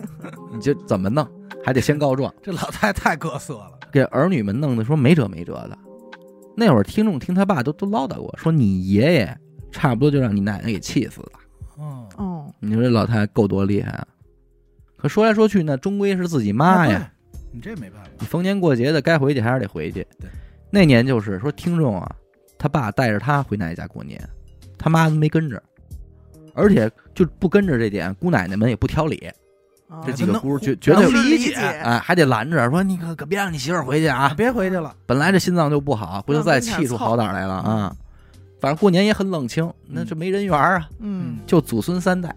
Speaker 1: 你这怎么弄？还得先告状，
Speaker 2: 这老太太太各色了，
Speaker 1: 给儿女们弄得说没辙没辙的。那会儿听众听他爸都都唠叨过，说你爷爷差不多就让你奶奶给气死了。
Speaker 2: 嗯，
Speaker 3: 哦，
Speaker 1: 你说这老太太够多厉害啊！可说来说去呢，终归是自己妈呀。
Speaker 2: 啊对，你这没办法，
Speaker 1: 你逢年过节的该回去还是得回去
Speaker 2: 对。
Speaker 1: 那年就是说，听众啊，他爸带着他回奶奶家过年，他妈都没跟着，而且就不跟着这点，姑奶奶们也不挑理，
Speaker 3: 啊
Speaker 1: 这几个姑绝绝
Speaker 2: 能
Speaker 1: 对
Speaker 2: 理
Speaker 3: 理
Speaker 2: 解
Speaker 1: 哎还得拦着说你可可别让你媳妇儿回去啊，
Speaker 2: 别回去了，
Speaker 1: 本来这心脏就不好，不就再气出好歹来了啊？反正过年也很冷清，那这没人缘啊，
Speaker 3: 嗯
Speaker 1: 就祖孙三代，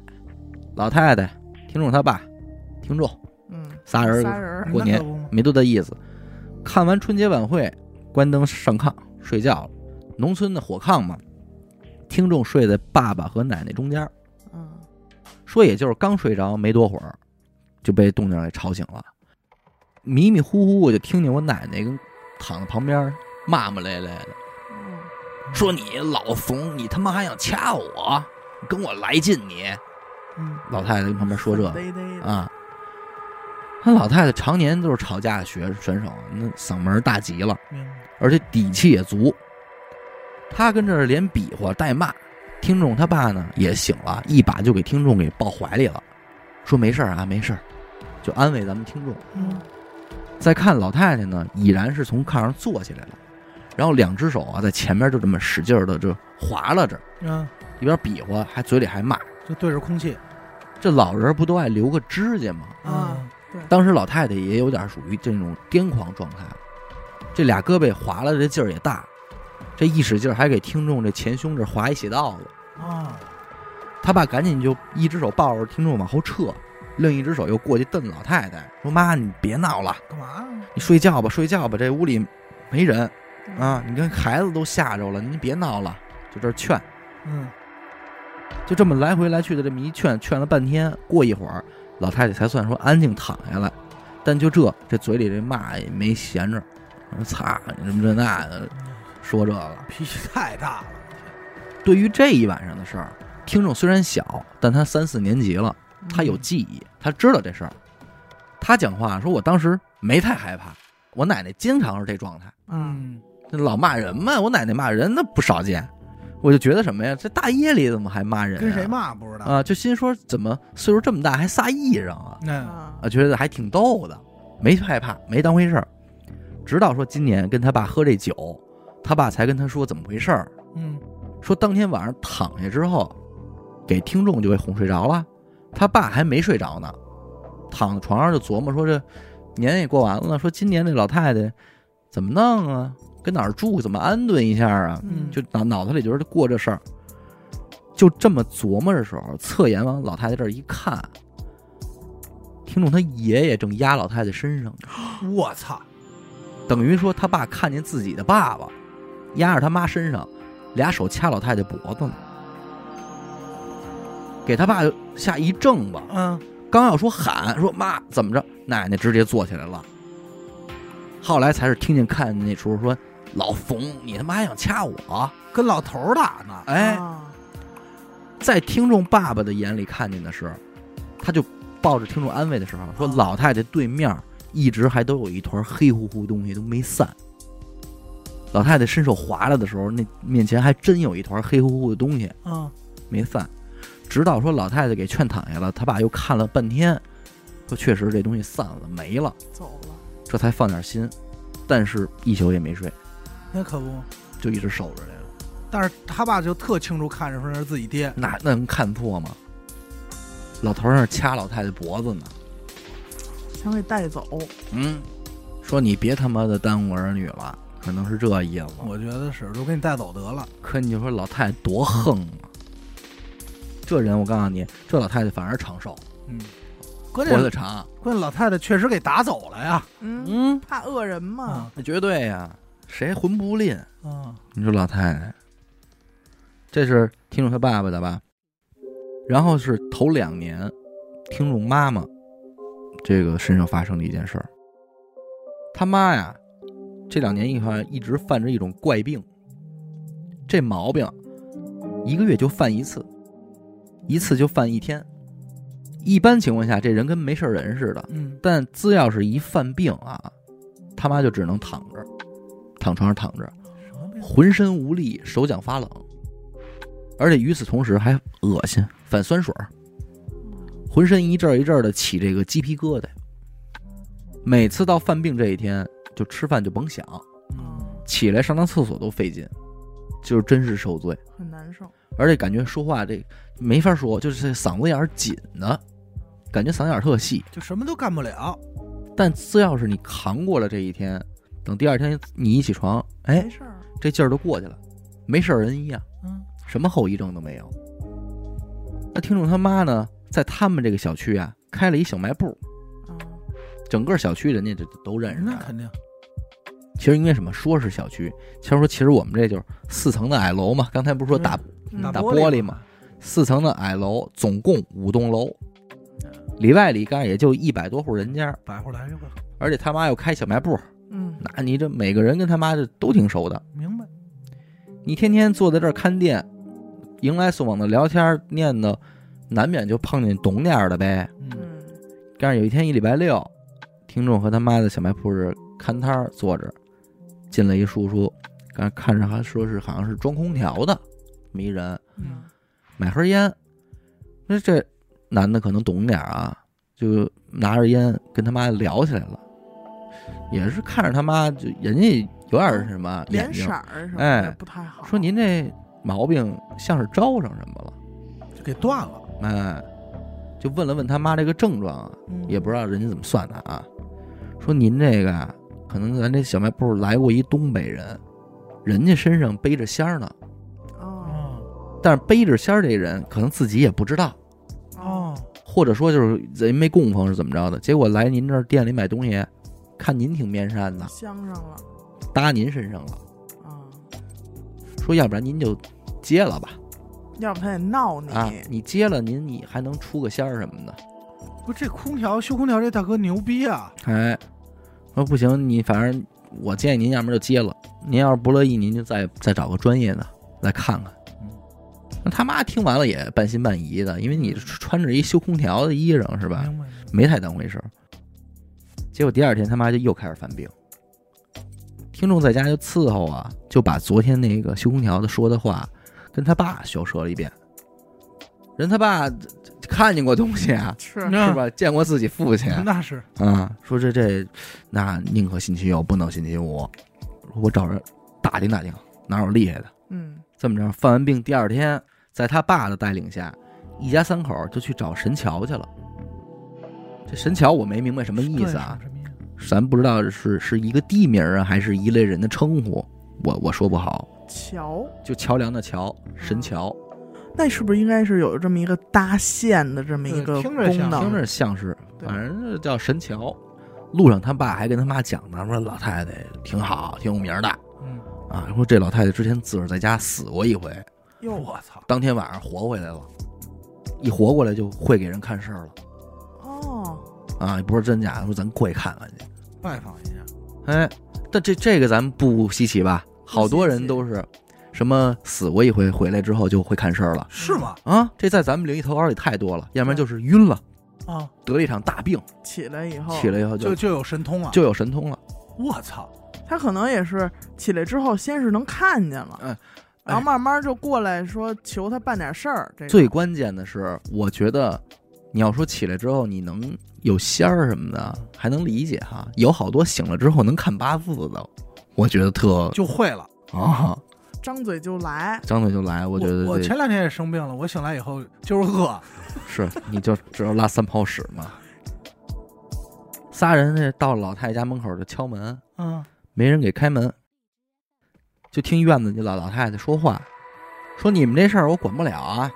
Speaker 1: 老太太、听众他爸、听众
Speaker 3: 嗯，
Speaker 1: 仨人
Speaker 3: 仨人儿
Speaker 1: 过年
Speaker 2: 那可不嘛
Speaker 1: 没多大意思。看完春节晚会，关灯上炕睡觉了。农村的火炕嘛，听众睡在爸爸和奶奶中间儿，
Speaker 3: 嗯，
Speaker 1: 说也就是刚睡着没多会儿，就被动静给吵醒了。迷迷糊糊我就听见我奶奶跟躺在旁边儿骂骂咧咧的，
Speaker 3: 嗯
Speaker 1: 说你老冯，你他妈还想掐我，你跟我来劲你。
Speaker 2: 嗯
Speaker 1: 老太太跟旁边说这个，
Speaker 3: 呆呆的，
Speaker 1: 啊。那老太太常年都是吵架的学选手，那嗓门儿大极了，
Speaker 2: 明白，
Speaker 1: 而且底气也足。她跟这儿连比划带骂，听众他爸呢也醒了，一把就给听众给抱怀里了，说没事儿啊，没事儿，就安慰咱们听众。
Speaker 3: 嗯
Speaker 1: 再看老太太呢，已然是从炕上坐起来了，然后两只手啊在前面就这么使劲的就划拉着，
Speaker 2: 嗯，
Speaker 1: 一边比划还嘴里还骂。
Speaker 2: 就对着空气
Speaker 1: 这老人不都爱留个指甲吗？
Speaker 3: 啊，
Speaker 1: 当时老太太也有点属于这种癫狂状态了，这俩胳膊划拉这劲儿也大，这一使劲儿还给听众这前胸这儿划一血道子。
Speaker 2: 啊，
Speaker 1: 他爸赶紧就一只手抱着听众往后撤，另一只手又过去瞪老太太，说：“妈，你别闹了，
Speaker 2: 干嘛？
Speaker 1: 你睡觉吧，睡觉吧，这屋里没人啊，你跟孩子都吓着了，您别闹了。”就这儿劝，
Speaker 2: 嗯，
Speaker 1: 就这么来回来去的这么一劝，劝了半天，过一会儿，老太太才算说安静躺下来。但就这，这嘴里这骂也没闲着，说操你什么这那的，说这个。
Speaker 2: 脾气太大
Speaker 3: 啊
Speaker 2: 了，
Speaker 1: 对于这一晚上的事儿，听众虽然小，但他三四年级了，他有
Speaker 3: 嗯
Speaker 1: 记忆，他知道这事儿。他讲话说：“我当时没太害怕，我奶奶经常是这状态，
Speaker 3: 嗯，
Speaker 1: 那老骂人嘛。我奶奶骂人那不少见，我就觉得什么呀？这大夜里怎么还骂人、啊？
Speaker 2: 跟谁？骂不知道，
Speaker 1: 啊，就心说怎么岁数这么大还撒艺人啊？
Speaker 2: 那
Speaker 3: 啊
Speaker 1: 啊，觉得还挺逗的，没害怕，没当回事儿。直到说今年跟他爸喝这酒，他爸才跟他说怎么回事儿，
Speaker 2: 嗯
Speaker 1: 说当天晚上躺下之后，给听众就给哄睡着了，他爸还没睡着呢，躺在床上就琢磨说这年也过完了，说今年这老太太怎么弄啊，跟哪儿住，怎么安顿一下啊，
Speaker 3: 嗯
Speaker 1: 就脑脑子里觉得过这事儿，就这么琢磨的时候，侧眼往老太太这儿一看，听众他爷爷正压老太太身上呢，
Speaker 2: 我操，
Speaker 1: 等于说他爸看见自己的爸爸压着他妈身上，俩手掐老太太脖子呢，给他爸吓一怔吧，
Speaker 2: 嗯，
Speaker 1: 刚要说喊说妈怎么着，奶奶直接坐起来了。后来才是听见看见那叔叔说：“老冯，你他妈还想掐我
Speaker 2: 跟老头儿打呢？”，
Speaker 1: 哎，
Speaker 3: 啊
Speaker 1: 在听众爸爸的眼里看见的是，他就抱着听众安慰的时候说，老太太对面一直还都有一团黑乎乎的东西都没散。老太太伸手划拉的时候，那面前还真有一团黑乎乎的东西
Speaker 2: 嗯，
Speaker 1: 没散，直到说老太太给劝躺下了，他爸又看了半天，说确实这东西散了没了，
Speaker 3: 走了，
Speaker 1: 这才放点心，但是一宿也没睡，
Speaker 2: 那可不。
Speaker 1: 就一直守着这个，
Speaker 2: 但是他爸就特清楚看着说那是自己爹，
Speaker 1: 那那能看破吗？老头儿那儿掐老太太脖子呢。
Speaker 3: 想给带走，
Speaker 1: 嗯，说你别他妈的耽误儿女了，可能是这意思。
Speaker 2: 我觉得是，就给你带走得了。
Speaker 1: 可你就说老太太多横啊！这人我告诉你，这老太太反而长寿，
Speaker 2: 嗯，关
Speaker 1: 活
Speaker 2: 键
Speaker 1: 得长。
Speaker 2: 关键老太太确实给打走了呀。
Speaker 3: 嗯，
Speaker 1: 嗯，
Speaker 3: 怕恶人嘛，
Speaker 2: 啊
Speaker 1: 那绝对呀、谁魂不吝？
Speaker 2: 嗯
Speaker 1: 你说老太太，这是听众他爸爸的吧？然后是头两年，听众妈妈这个身上发生的一件事儿。他妈呀，这两年一块一直犯着一种怪病，这毛病一个月就犯一次，一次就犯一天。一般情况下，这人跟没事儿人似的，
Speaker 2: 嗯
Speaker 1: 但只要是一犯病啊，他妈就只能躺着，躺床上躺着。
Speaker 2: 什么病？
Speaker 1: 浑身无力，手脚发冷，而且与此同时还恶心、反酸水儿，浑身一阵儿一阵儿的起这个鸡皮疙瘩。每次到犯病这一天，就吃饭就甭想，
Speaker 2: 嗯
Speaker 1: 起来上趟厕所都费劲，就是真是受罪，
Speaker 3: 很难受，
Speaker 1: 而且感觉说话这没法说，就是嗓子眼儿紧的，感觉嗓子眼儿特细。
Speaker 2: 就什么都干不了。
Speaker 1: 但只要是你扛过了这一天，等第二天你一起床，哎
Speaker 3: 没，事儿，
Speaker 1: 这劲儿都过去了，没事儿人一样。
Speaker 2: 嗯
Speaker 1: 什么后遗症都没有。那听众他妈呢，在他们这个小区啊，开了一小卖部，
Speaker 3: 啊，
Speaker 1: 整个小区人家这都认识
Speaker 2: 那
Speaker 1: 他。
Speaker 2: 肯定。
Speaker 1: 其实因为什么，说是小区，其实说其实我们这就是四层的矮楼嘛。刚才不是说打、
Speaker 3: 嗯
Speaker 1: 打
Speaker 2: 玻
Speaker 1: 玻
Speaker 2: 璃
Speaker 1: 璃
Speaker 2: 嘛
Speaker 1: 嘛，四层的矮楼，总共五栋楼，
Speaker 2: 嗯
Speaker 1: 里外里干也就一百多户人家，
Speaker 2: 百户来一个，
Speaker 1: 而且他妈又开小卖部，
Speaker 3: 嗯，
Speaker 1: 那你这每个人跟他妈这都挺熟的。
Speaker 2: 明白？
Speaker 1: 你天天坐在这儿看店，迎来送往的聊天儿念叨，难免就碰见懂点儿的呗。
Speaker 2: 嗯
Speaker 3: 嗯，
Speaker 1: 但是有一天一礼拜六，听众和他妈在小卖铺是看摊儿坐着，进来一叔叔，刚看着还说是好像是装空调的，没人，
Speaker 3: 嗯
Speaker 1: 买盒烟。那这男的可能懂点儿啊，就拿着烟跟他妈聊起来了，也是看着他妈，就人家有点什么眼
Speaker 3: 脸
Speaker 1: 睛
Speaker 3: 色，儿什么
Speaker 1: 哎
Speaker 3: 的不太好。
Speaker 1: 说您这毛病像是招上什么了，
Speaker 2: 就给断了。
Speaker 1: 哎，就问了问他妈这个症状啊，
Speaker 3: 嗯
Speaker 1: 也不知道人家怎么算的啊，说您这个啊可能咱这小卖部来过一东北人，人家身上背着仙儿呢，
Speaker 3: 哦
Speaker 2: 啊嗯
Speaker 1: 但是背着仙儿这人可能自己也不知道，
Speaker 3: 哦，
Speaker 2: 哦，
Speaker 1: 或者说就是人没供奉是怎么着的，结果来您这儿店里买东西，看您挺面善的，
Speaker 3: 镶上了
Speaker 1: 搭您身上了，
Speaker 3: 啊，
Speaker 1: 说要不然您就接了吧，
Speaker 3: 要不他得闹你。
Speaker 1: 啊，你接了您你还能出个仙儿什么的，
Speaker 2: 不，这空调修空调这大哥牛逼啊！
Speaker 1: 哎，说不行，你反正我建议您要么就接了，您要是不乐意，您就再再找个专业的来看看
Speaker 2: 嗯。
Speaker 1: 那他妈听完了也半信半疑的，因为你穿着一修空调的衣裳是
Speaker 2: 是
Speaker 1: 吧？
Speaker 2: 明白。
Speaker 1: 没太当回事儿。结果第二天他妈就又开始犯病，听众在家就伺候啊，就把昨天那个修空调的说的话跟他爸学说了一遍。人他爸这这看见过东西啊，
Speaker 3: 是
Speaker 2: 那
Speaker 1: 是吧？哎见过自己父亲
Speaker 2: 嗯那是
Speaker 1: 啊，说这这，那宁可信其有，不能信其无。我找人打听打听，哪有厉害的？
Speaker 3: 嗯，
Speaker 1: 这么着，犯完病第二天，在他爸的带领下，一家三口就去找神桥去了。这神桥我没明白什么意思啊，
Speaker 2: 对？什么意思？
Speaker 1: 咱不知道是是一个地名啊，还是一类人的称呼，我我说不好。
Speaker 3: 桥，
Speaker 1: 就桥梁的桥，神桥，
Speaker 3: 那是不是应该是有这么一个搭线的这么一
Speaker 2: 对
Speaker 3: 个
Speaker 2: 听着
Speaker 1: 听
Speaker 3: 功
Speaker 2: 像
Speaker 3: 能？
Speaker 1: 着像是，
Speaker 3: 啊对
Speaker 1: 反正就叫神桥。路上他爸还跟他妈讲呢，说老太太挺好，挺有名的
Speaker 2: 嗯，
Speaker 1: 啊。说这老太太之前自个儿在家死过一回，
Speaker 3: 哟，
Speaker 2: 我操！
Speaker 1: 当天晚上活回来了，一活过来就会给人看事儿了。
Speaker 3: 哦，
Speaker 1: 啊，也不是真假，说咱过去看看去。
Speaker 2: 拜访一下，
Speaker 1: 哎，但这这个咱们不稀奇吧？好多人都是什么死过一回，回来之后就会看事儿了
Speaker 2: 是吗？
Speaker 1: 啊，这在咱们灵异投稿里太多了，要不然就是晕了，
Speaker 2: 啊，
Speaker 1: 得了一场大病，
Speaker 3: 起来以后，
Speaker 1: 起来以后就
Speaker 2: 就就有神通了。
Speaker 1: 就有神通了。
Speaker 2: 我操！
Speaker 3: 他可能也是起来之后，先是能看见了，
Speaker 1: 嗯
Speaker 3: 然后慢慢就过来说求他办点事儿。这
Speaker 1: 最关键的是，我觉得你要说起来之后你能有仙儿什么的，还能理解哈。有好多醒了之后能看八字的，我觉得特
Speaker 2: 就会了。
Speaker 1: 啊，
Speaker 3: 张嘴就来，
Speaker 1: 张嘴就来，我
Speaker 2: 我
Speaker 1: 觉得
Speaker 2: 我
Speaker 1: 这
Speaker 2: 前两天也生病了，我醒来以后就是饿，
Speaker 1: 是，你就只有拉三泡屎嘛。仨人这到老太太家门口就敲门，
Speaker 2: 嗯，
Speaker 1: 没人给开门，就听院子里老老太太说话，说你们这事儿我管不了啊，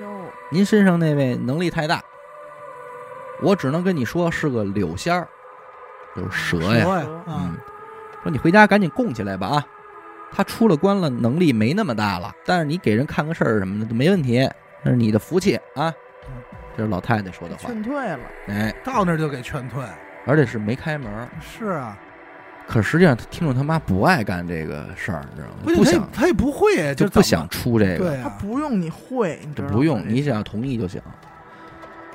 Speaker 3: 哟，
Speaker 1: 您身上那位能力太大，我只能跟你说是个柳仙儿，就是蛇呀，
Speaker 2: 我呀，
Speaker 3: 嗯
Speaker 2: 啊
Speaker 1: 嗯，说你回家赶紧供起来吧啊，他出了关了，能力没那么大了，但是你给人看个事儿什么的都没问题，那是你的福气啊
Speaker 2: 嗯，
Speaker 1: 这是老太太说的话，
Speaker 3: 劝退了，
Speaker 1: 哎。
Speaker 2: 到那儿就给劝退。
Speaker 1: 而且是没开门儿。
Speaker 2: 是啊，
Speaker 1: 可实际上，他听众他妈不爱干这个事儿，你知道吗？
Speaker 2: 关键
Speaker 1: 不想
Speaker 2: 他也他也不会，
Speaker 1: 就
Speaker 2: 就
Speaker 1: 不想出这个，
Speaker 2: 对
Speaker 3: 他
Speaker 2: 啊，
Speaker 3: 不用你会，你知
Speaker 1: 就
Speaker 3: 道吗？
Speaker 1: 不用
Speaker 3: 这
Speaker 1: 你只要同意就行。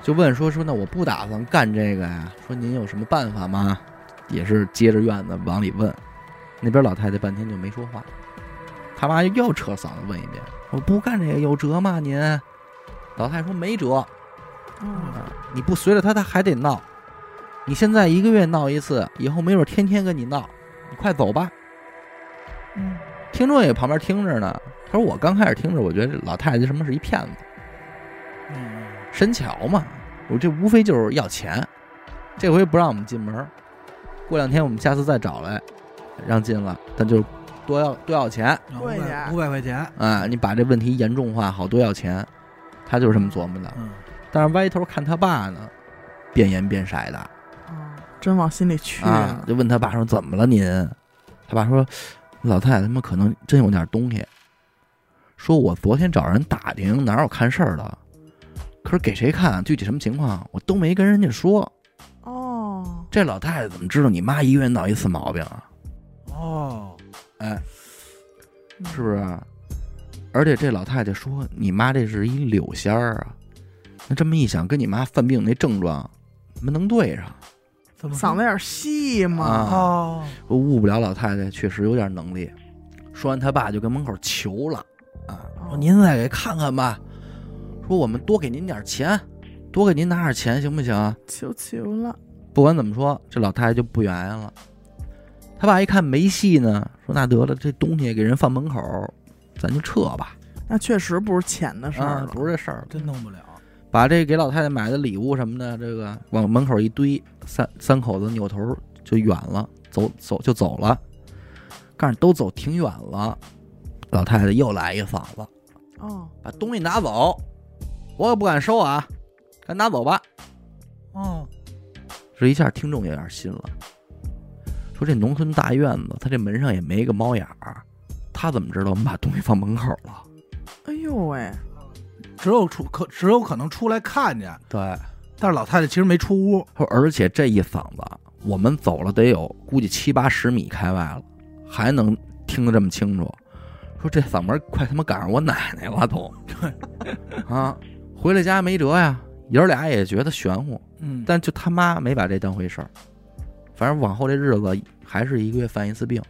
Speaker 1: 就问说说那我不打算干这个呀，说您有什么办法吗？也是接着院子往里问，那边老太太半天就没说话，他妈又扯嗓子问一遍：“我不干这个有辙吗？您？”老太太说：“没辙，
Speaker 3: 嗯
Speaker 1: 你不随着他，他还得闹。你现在一个月闹一次，以后没准天天跟你闹，你快走吧。”
Speaker 2: 嗯，
Speaker 1: 听众也旁边听着呢。他说我刚开始听着，我觉得这老太太这什么是一骗子，
Speaker 2: 嗯，
Speaker 1: 神桥嘛，我这无非就是要钱。这回不让我们进门儿，过两天我们下次再找来，让进了，但就多要多要钱
Speaker 2: 五
Speaker 3: 对呀
Speaker 2: 百五百块钱，
Speaker 1: 啊！你把这问题严重化，好多要钱，他就是这么琢磨的。
Speaker 2: 嗯，
Speaker 1: 但是歪头看他爸呢，变颜变色的，
Speaker 3: 啊，真往心里去
Speaker 1: 啊，就问他爸说怎么了您？他爸说，老太太他妈可能真有点东西。说我昨天找人打听哪有看事儿的，可是给谁看具体什么情况我都没跟人家说。
Speaker 3: 哦，
Speaker 1: 这老太太怎么知道你妈一个月闹一次毛病啊？
Speaker 2: 哦，
Speaker 3: 嗯
Speaker 1: 是不是？而且这老太太说你妈这是一柳仙儿啊，那这么一想，跟你妈犯病那症状，怎么能对上？
Speaker 2: 怎么说
Speaker 3: 嗓子有点细嘛，
Speaker 1: 嗯啊
Speaker 2: 哦，
Speaker 1: 我误不了老太太，确实有点能力。说完，他爸就跟门口求了，啊，
Speaker 3: 哦
Speaker 1: 说您再给看看吧，说我们多给您点钱，多给您拿点钱行不行啊？
Speaker 3: 求求了，
Speaker 1: 不管怎么说，这老太太就不原谅了。他爸一看没戏呢，说那得了，这东西给人放门口，咱就撤吧。
Speaker 3: 那确实不是钱的事儿
Speaker 1: 啊，
Speaker 3: 了。
Speaker 1: 不是这事儿，
Speaker 2: 真弄不了。
Speaker 1: 把这给老太太买的礼物什么的，这个往门口一堆，三三口子扭头就远了，走走就走了。但是都走挺远了，老太太又来一嗓子，
Speaker 3: 哦，
Speaker 1: 把东西拿走，我也不敢收啊，赶拿走吧。
Speaker 2: 哦，
Speaker 1: 这一下听众有点信了，说这农村大院子，他这门上也没个猫眼儿，他怎么知道我们把东西放门口了？
Speaker 3: 哎呦喂，
Speaker 2: 只有出可只有可能出来看见，
Speaker 1: 对，
Speaker 2: 但是老太太其实没出屋，
Speaker 1: 说而且这一嗓子，我们走了得有估计七八十米开外了，还能听得这么清楚。说这嗓门儿快他妈赶上我奶奶了都， 啊，回了家没辙呀，爷儿俩也觉得玄乎，
Speaker 2: 嗯
Speaker 1: 但就他妈没把这当回事儿。反正往后这日子还是一个月犯一次病，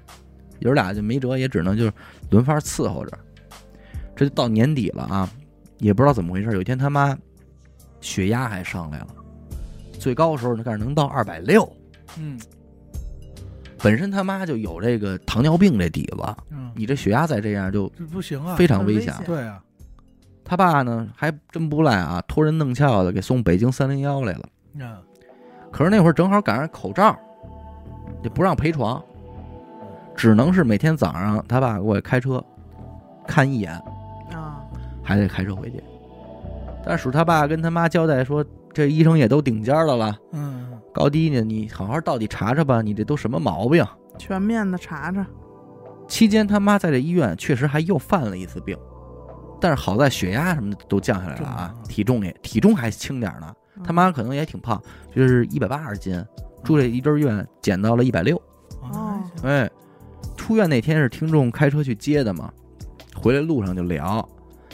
Speaker 1: 爷儿俩就没辙，也只能就是轮番伺候着。这就到年底了啊，也不知道怎么回事儿。有一天他妈血压还上来了，最高的时候那盖能到二百六，
Speaker 2: 嗯
Speaker 1: 本身他妈就有这个糖尿病这底子，
Speaker 2: 嗯，
Speaker 1: 你这血压再这样就
Speaker 2: 这不行啊，
Speaker 1: 非常
Speaker 3: 很
Speaker 1: 危
Speaker 3: 危
Speaker 1: 险。
Speaker 3: 险
Speaker 2: 对啊，
Speaker 1: 他爸呢还真不赖啊，托人弄巧的给送北京三零幺来了。
Speaker 2: 嗯
Speaker 1: 可是那会儿正好赶上口罩，也不让陪床，只能是每天早上他爸给我开车看一眼，
Speaker 3: 啊，
Speaker 1: 还得开车回去。但是他爸跟他妈交代说，这医生也都顶尖儿的了，
Speaker 2: 嗯，
Speaker 1: 高低呢你好好到底查查吧，你这都什么毛病？
Speaker 3: 全面的查查，
Speaker 1: 期间他妈在这医院确实还又犯了一次病，但是好在血压什么的都降下来了啊
Speaker 2: 正常，
Speaker 1: 体重也体重还轻点儿呢。
Speaker 3: 嗯
Speaker 1: 他妈可能也挺胖，就是一百八十斤，住这一阵儿院减到了一百六。
Speaker 2: 哦，
Speaker 1: 哎，出院那天是听众开车去接的嘛，回来路上就聊，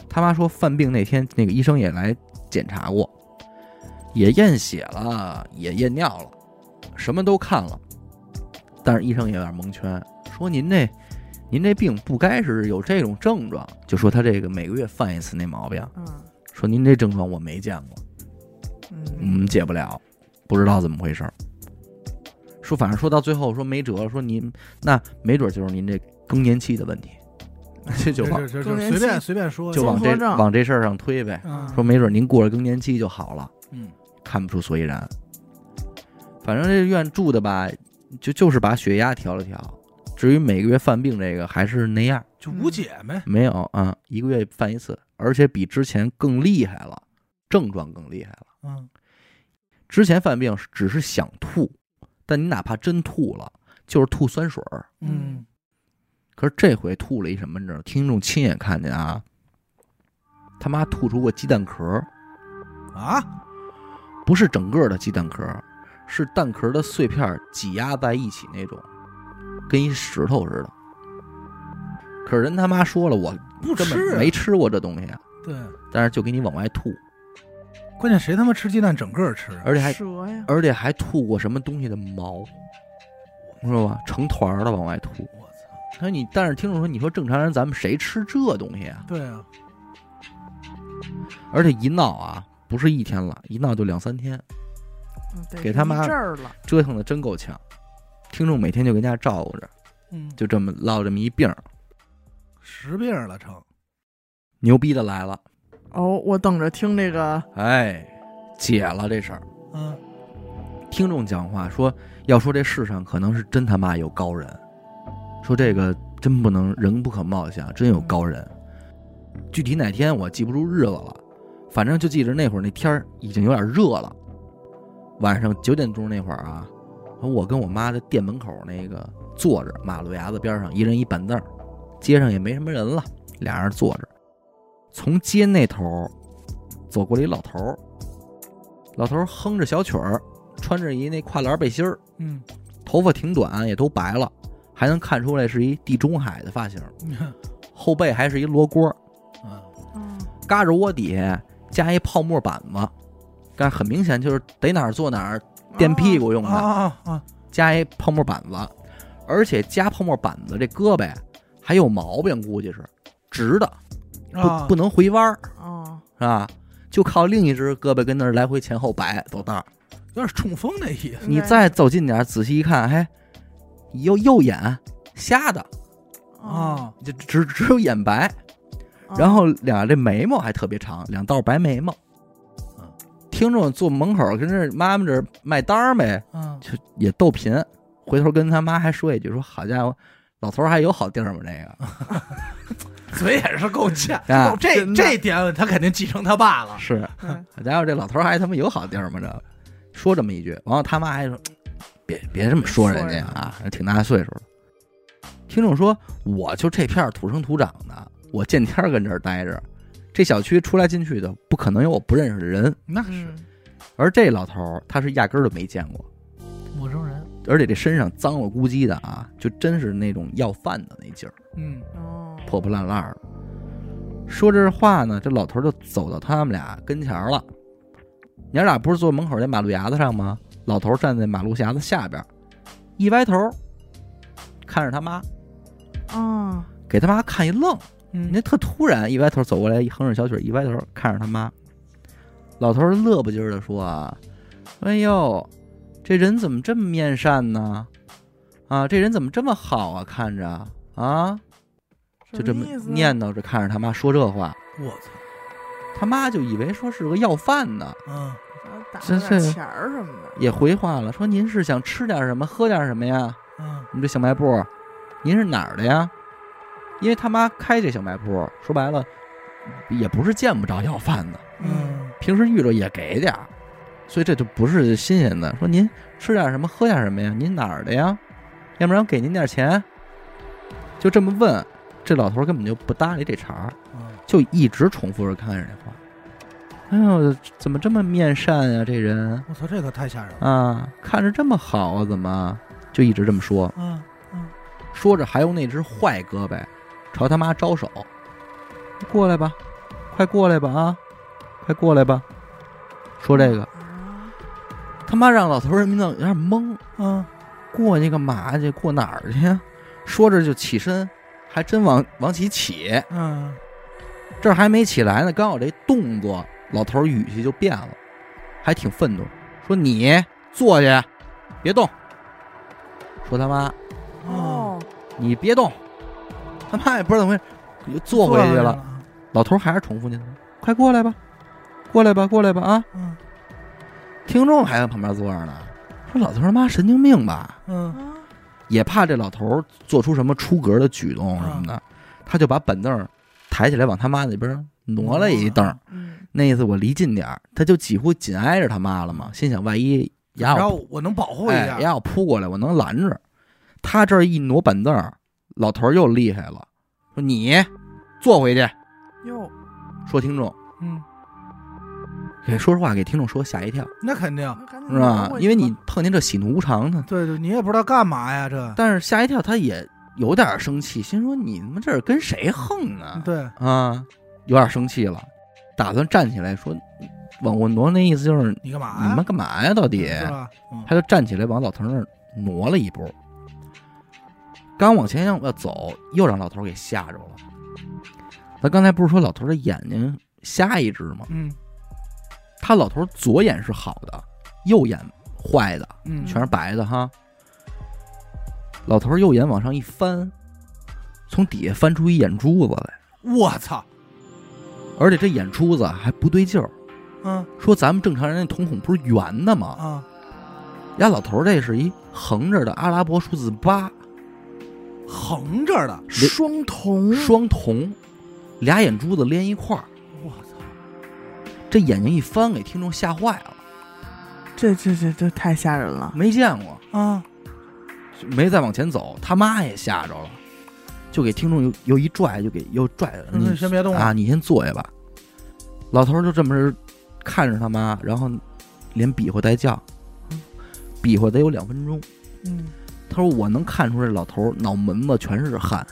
Speaker 1: 他妈说犯病那天那个医生也来检查过，也验血了，也验尿了，什么都看了，但是医生也有点蒙圈，说您这您这病不该是有这种症状，就说他这个每个月犯一次那毛病，
Speaker 3: 嗯
Speaker 1: 说您这症状我没见过，我
Speaker 3: 嗯
Speaker 1: 们解不了，不知道怎么回事儿。说反正说到最后说没辙，说您那没准就是您这更年期的问题， 这就往
Speaker 2: 这这
Speaker 3: 更
Speaker 2: 这
Speaker 3: 年期
Speaker 2: 随便随便说
Speaker 1: 就往
Speaker 3: 综合
Speaker 1: 这
Speaker 3: 症
Speaker 1: 往这事儿上推呗。
Speaker 2: 嗯
Speaker 1: 说没准您过了更年期就好了，
Speaker 2: 嗯
Speaker 1: 看不出所以然。反正这院住的吧，就就是把血压调了调。至于每个月犯病这个还是那样，
Speaker 2: 就
Speaker 3: 嗯
Speaker 2: 无解呗，
Speaker 1: 没有啊、嗯一个月犯一次，而且比之前更厉害了，症状更厉害了。
Speaker 2: 嗯
Speaker 1: 之前犯病是只是想吐，但你哪怕真吐了，就是吐酸水儿。
Speaker 2: 嗯
Speaker 1: 可是这回吐了一什么你知道？听众亲眼看见啊，他妈吐出过鸡蛋壳儿，
Speaker 2: 啊，
Speaker 1: 不是整个的鸡蛋壳儿，是蛋壳儿的碎片儿挤压在一起那种，跟一石头似的。可是人他妈说了，我
Speaker 2: 不
Speaker 1: 根
Speaker 2: 吃
Speaker 1: 本
Speaker 2: 啊
Speaker 1: 没吃过这东西啊，
Speaker 2: 对，
Speaker 1: 但是就给你往外吐，
Speaker 2: 关键谁他妈吃鸡蛋整个吃啊？
Speaker 1: 而且还
Speaker 3: 蛇呀，
Speaker 1: 而且还吐过什么东西的毛，知道吧？成团儿的往外吐。
Speaker 2: 我操，
Speaker 1: 那你但是听众说，你说正常人咱们谁吃这东西啊？
Speaker 2: 对啊，
Speaker 1: 而且一闹啊，不是一天了，一闹就两三天，
Speaker 3: 嗯得
Speaker 1: 给他
Speaker 3: 是一
Speaker 1: 妈
Speaker 3: 阵儿了，
Speaker 1: 折腾的真够呛。听众每天就跟家照顾着，
Speaker 2: 嗯，
Speaker 1: 就这么落这么一病儿，
Speaker 2: 实病了成，
Speaker 1: 牛逼的来了，
Speaker 3: 哦，我等着听这个，
Speaker 1: 哎，解了这事儿。
Speaker 2: 嗯
Speaker 1: 听众讲话说，要说这世上可能是真他妈有高人，说这个真不能人不可貌相，真有高人。具体哪天我记不住日子了，反正就记着那会儿那天儿已经有点热了，晚上九点钟那会儿啊，我跟我妈在店门口那个坐着，马路牙子边上一人一板凳儿，街上也没什么人了，俩人坐着，从街那头儿走过来一老头儿，老头儿哼着小曲儿，穿着一那跨栏背心儿，
Speaker 2: 嗯，
Speaker 1: 头发挺短，也都白了，还能看出来是一地中海的发型，
Speaker 2: 嗯啊
Speaker 1: 后背还是一罗锅，
Speaker 3: 嗯
Speaker 1: 嘎着窝底下加一泡沫板子，但很明显就是逮哪儿坐哪儿垫屁股用的，
Speaker 2: 啊啊啊，
Speaker 1: 加一泡沫板子，而且加泡沫板子这胳膊还有毛病，估计是直的，
Speaker 2: 啊
Speaker 1: 不不能回弯儿，
Speaker 3: 哦，
Speaker 1: 是吧？就靠另一只胳膊跟那儿来回前后摆走道儿。
Speaker 2: 有点冲锋那意思。
Speaker 1: 你再走近点儿，仔细一看，嘿，右右眼瞎的，
Speaker 2: 嗯
Speaker 3: 啊，
Speaker 1: 就只只有眼白，
Speaker 3: 哦嗯
Speaker 1: 然后俩这眉毛还特别长，两道白眉毛。嗯听众坐门口跟这妈妈这儿卖单儿呗，
Speaker 2: 嗯，
Speaker 1: 就也逗贫，回头跟他妈还说一句说：“好家伙，老头儿还有好地儿吗？这个
Speaker 2: 嘴也是够 欠。
Speaker 1: 啊
Speaker 2: 哦这
Speaker 3: 真的
Speaker 2: 这点他肯定继承他爸了。
Speaker 1: 是，
Speaker 3: 对
Speaker 1: 好家伙，这老头儿还他妈有好地儿吗？这说这么一句，完了他妈还说：别别这么说人家啊，挺大岁数了。”听众说：“我就这片儿土生土长的，我见天儿跟这儿待着，这小区出来进去的不可能有我不认识的人。
Speaker 2: 那
Speaker 3: 嗯，
Speaker 1: 而这老头儿他是压根儿就没见过，
Speaker 2: 陌生人。
Speaker 1: 而且这身上脏了咕叽的啊，就真是那种要饭的那劲儿。”
Speaker 2: 嗯，
Speaker 3: 哦，
Speaker 1: 破破烂烂儿的。说这话呢，这老头儿就走到他们俩跟前儿了。娘俩不是坐门口那马路牙子上吗？老头儿站在马路牙子下边儿，一歪头儿看着他妈，
Speaker 3: 啊，
Speaker 1: 给他妈看一愣。
Speaker 2: 嗯
Speaker 1: 那特突然，一歪头走过来，哼着小曲儿，一歪头看着他妈。老头儿乐不劲儿的说啊：“哎呦，这人怎么这么面善呢？啊，这人怎么这么好啊？看着啊，就这么
Speaker 3: 什意思啊
Speaker 1: 念叨着看着他妈说这话。”
Speaker 2: 我操，
Speaker 1: 他妈就以为说是个要饭呢，
Speaker 2: 嗯，
Speaker 3: 啊打
Speaker 1: 这
Speaker 3: 了点
Speaker 1: 这
Speaker 3: 钱儿什么的，
Speaker 1: 也回话了，说您是想吃点什么，喝点什么呀？
Speaker 2: 嗯，
Speaker 1: 你这小卖部，您是哪儿的呀？因为他妈开这小卖部，说白了也不是见不着要饭的，
Speaker 2: 嗯，
Speaker 1: 平时遇着也给点儿，所以这就不是新鲜的。说您吃点什么，喝点什么呀？您哪儿的呀？要不然我给您点钱。就这么问，这老头儿根本就不搭理这茬儿。
Speaker 2: 嗯
Speaker 1: 就一直重复着看着这话。哎呦，怎么这么面善啊呀、这人
Speaker 2: 我操，这可太吓人了。
Speaker 1: 啊，看着这么好啊，怎么就一直这么说？
Speaker 2: 嗯，
Speaker 1: 说着还用那只坏胳膊朝他妈招手：“过来吧，快过来吧啊，快过来吧。”说这个，
Speaker 3: 啊
Speaker 1: 他妈让老头儿民警有点懵，
Speaker 2: 嗯，
Speaker 1: 过去干嘛去？过哪儿去呀？说着就起身，还真往往起起，
Speaker 2: 嗯，
Speaker 1: 这儿还没起来呢，刚好这动作，老头儿语气就变了，还挺愤怒，说你坐下，别动。说他妈，
Speaker 2: 嗯
Speaker 3: 哦，
Speaker 1: 你别动，他妈也不知道怎么回事，就坐回去了。。
Speaker 2: 啊
Speaker 1: 老头儿还是重复那句：“快过来吧，过来吧，过来吧啊
Speaker 2: 嗯！”
Speaker 1: 听众还在旁边坐着呢，说老头儿他妈神经病吧，
Speaker 2: 嗯
Speaker 3: 啊
Speaker 1: 也怕这老头儿做出什么出格的举动什么的，他就把板凳儿抬起来往他妈那边儿挪了一凳儿。
Speaker 3: 嗯，
Speaker 1: 那意思我离近点儿，他就几乎紧挨着他妈了嘛，心想万一牙
Speaker 2: 然
Speaker 1: 咬
Speaker 2: 后啊我能保护一
Speaker 1: 哎
Speaker 2: 下。
Speaker 1: 牙咬扑过来，我能拦着。他这儿一挪板凳儿，老头儿又厉害了，说你坐回去。
Speaker 3: 哟，
Speaker 1: 说听众
Speaker 2: 嗯，
Speaker 1: 给说实话，给听众说吓一跳
Speaker 2: 那肯定。
Speaker 3: 那赶紧
Speaker 1: 是吧
Speaker 3: 挪过？去
Speaker 1: 因为
Speaker 3: 吧
Speaker 1: 你碰见这喜怒无常呢，
Speaker 2: 对对，你也不知道干嘛呀，这。
Speaker 1: 但是吓一跳，他也有点生气，心说你他妈这是跟谁横呢？
Speaker 2: 对，
Speaker 1: 啊，有点生气了，打算站起来说往我挪，那意思就是
Speaker 2: 你干嘛呀？
Speaker 1: 你们干嘛呀？到底？
Speaker 2: 是吧？啊嗯
Speaker 1: 他就站起来往老头那儿挪了一步，刚往前要要走，又让老头给吓着了。咱刚才不是说老头的眼睛瞎一只吗？
Speaker 2: 嗯
Speaker 1: 他老头左眼是好的，右眼坏的，
Speaker 2: 嗯，
Speaker 1: 全是白的哈。老头右眼往上一翻，从底下翻出一眼珠子来，
Speaker 2: 我操，
Speaker 1: 而且这眼珠子还不对劲儿。
Speaker 2: 嗯
Speaker 1: 说咱们正常人那瞳孔不是圆的吗？
Speaker 2: 啊，
Speaker 1: 呀，老头这是一横着的阿拉伯数字八。
Speaker 2: 横着的，
Speaker 3: 双瞳，
Speaker 1: 双瞳，俩眼珠子连一块儿，
Speaker 2: 我操，
Speaker 1: 这眼睛一翻，给听众吓坏了，
Speaker 3: 这这这这太吓人了，
Speaker 1: 没见过，
Speaker 2: 啊，
Speaker 1: 就没再往前走，他妈也吓着了，就给听众又又一拽，就给又拽了，
Speaker 2: 说
Speaker 1: 你
Speaker 2: 你先别动
Speaker 1: 啊，，你先坐下吧。老头儿就这么着看着他妈，然后连比划带叫，比划得有两分钟。
Speaker 3: 嗯，
Speaker 1: 他说我能看出这老头儿脑门子全是汗，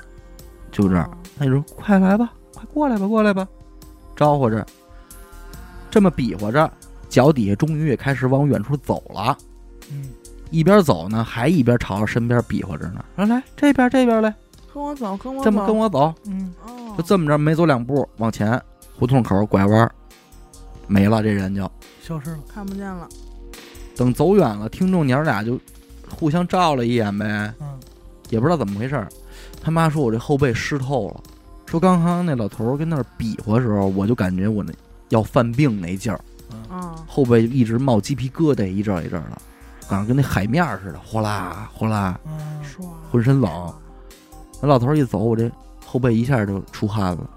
Speaker 1: 就这样。
Speaker 3: 哦
Speaker 1: 他就说：“快来吧，快过来吧，过来吧。”招呼着，这么比划着，脚底下终于也开始往远处走了。
Speaker 2: 嗯
Speaker 1: 一边走呢，还一边朝着身边比划着呢。说：“来这边，这边来，
Speaker 3: 跟我走，跟我走，
Speaker 1: 这么跟我走。
Speaker 2: 嗯，
Speaker 3: 哦，
Speaker 1: 就这么着，没走两步，往前胡同口拐弯，没了，这人就
Speaker 2: 消失了。
Speaker 3: 看不见了，
Speaker 1: 等走远了，听众娘俩就互相照了一眼呗，
Speaker 2: 嗯，
Speaker 1: 也不知道怎么回事儿。他妈说我这后背湿透了，说刚刚那老头儿跟那儿比划的时候，我就感觉我那要犯病那劲儿，
Speaker 3: 嗯，
Speaker 1: 后背一直冒鸡皮疙瘩，一阵儿一阵儿的，感觉跟那海面儿似的，哗啦哗啦，
Speaker 2: 嗯
Speaker 3: 说啊
Speaker 1: 浑身冷。那老头儿一走，我这后背一下就出汗了。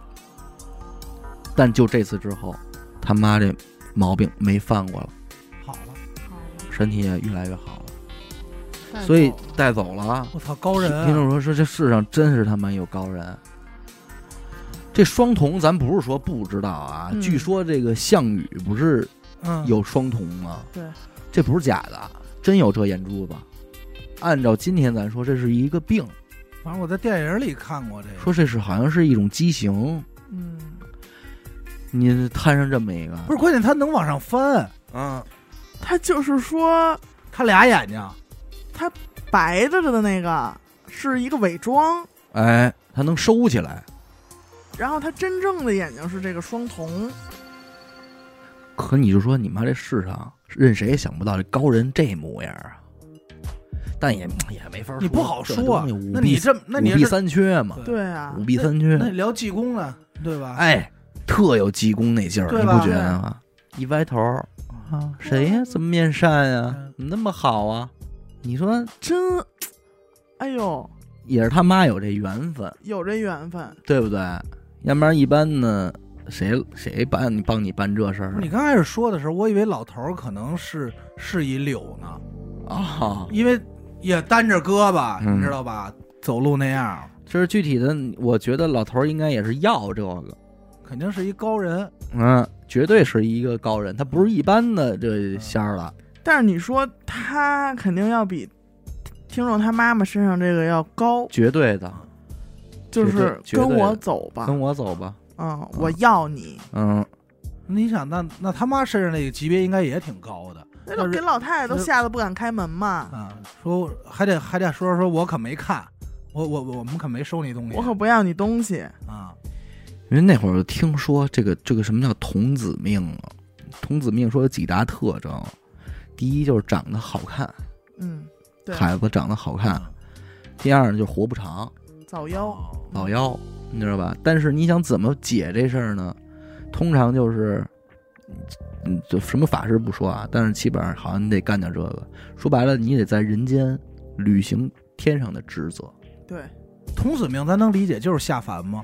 Speaker 1: 但就这次之后，他妈这毛病没犯过了，
Speaker 2: 好了，
Speaker 3: 好吧
Speaker 1: 身体也越来越好了，
Speaker 3: 带
Speaker 1: 所以
Speaker 3: 走了
Speaker 1: 带走了啊。
Speaker 2: 我操，高人
Speaker 1: 听
Speaker 2: 啊，
Speaker 1: 众说说这世上真是他妈有高人。这双瞳，咱不是说不知道啊，
Speaker 3: 嗯
Speaker 1: 据说这个项羽不是
Speaker 2: 嗯，
Speaker 1: 有双瞳吗？
Speaker 3: 对，
Speaker 1: 这不是假的，真有这眼珠子。按照今天咱说，这是一个病，
Speaker 2: 反正我在电影里看过这个，
Speaker 1: 说这是好像是一种畸形，
Speaker 3: 嗯，
Speaker 1: 你摊上这么一个，
Speaker 2: 不是关键，他能往上翻，
Speaker 1: 啊？
Speaker 3: 他就是说
Speaker 2: 他俩眼睛，
Speaker 3: 白着的那个是一个伪装，
Speaker 1: 哎，它能收起来，
Speaker 3: 然后他真正的眼睛是这个双瞳，
Speaker 1: 可你就说你妈这世上任谁也想不到这高人这模样啊，但也也没法说，
Speaker 2: 你不好说
Speaker 1: 这东西，五
Speaker 2: 那
Speaker 1: 弊
Speaker 2: 你这，那你
Speaker 1: 五弊
Speaker 2: 这，
Speaker 1: 三缺嘛，
Speaker 2: 对
Speaker 3: 对啊
Speaker 1: 五，弊三缺
Speaker 2: 那，聊济公呢，对吧？，
Speaker 1: 哎，特有济公那劲儿，
Speaker 2: 对
Speaker 1: 你不
Speaker 2: 吧
Speaker 1: 觉得吗？一歪头儿啊，谁呀、这么面善呀、
Speaker 2: 嗯
Speaker 1: 怎么那么好啊？你说
Speaker 3: 真，哎呦，
Speaker 1: 也是他妈有这缘分，
Speaker 3: 有这缘分，
Speaker 1: 对不对？要不然一般呢，谁谁帮你帮你办这事儿
Speaker 2: 不是
Speaker 1: 啊
Speaker 2: 你刚开始说的时候，我以为老头儿可能是是一柳呢，
Speaker 1: 啊？
Speaker 2: 因为也单着胳膊，
Speaker 1: 嗯
Speaker 2: 你知道吧？走路那样，
Speaker 1: 这是具体的，我觉得老头儿应该也是要这个，
Speaker 2: 肯定是一高人。
Speaker 1: 嗯，绝对是一个高人，他不是一般的这仙儿了。
Speaker 3: 但是你说他肯定要比听众他妈妈身上这个要高，
Speaker 1: 绝对的，
Speaker 3: 就
Speaker 1: 绝对
Speaker 3: 是
Speaker 1: 绝
Speaker 3: 跟
Speaker 1: 对
Speaker 3: 我
Speaker 1: 的
Speaker 3: 走吧，
Speaker 1: 跟我走吧，
Speaker 3: 嗯，我要你，
Speaker 1: 嗯，
Speaker 2: 你想，那那他妈身上那个级别应该也挺高的
Speaker 3: 那
Speaker 2: 要
Speaker 3: 都
Speaker 2: 是
Speaker 3: 给老太太都吓得不敢开门嘛，
Speaker 2: 啊！说还得还得说说，我可没看，我我我我们可没收你东西
Speaker 3: 我可不要你东西，
Speaker 2: 啊！
Speaker 1: 因为那会儿听说这个这个什么叫童子命啊？童子命说有几大特征，第一就是长得好看，
Speaker 3: 嗯，对，
Speaker 1: 孩子长得好看；第二呢就是活不长，
Speaker 3: 早
Speaker 2: 嗯
Speaker 3: 夭，
Speaker 2: 哦
Speaker 1: 老妖，你知道吧？但是你想怎么解这事儿呢？通常就是，嗯，就什么法事不说啊，但是基本上好像你得干点这个。说白了，你得在人间履行天上的职责，
Speaker 3: 对，
Speaker 2: 童子命咱能理解就是下凡吗？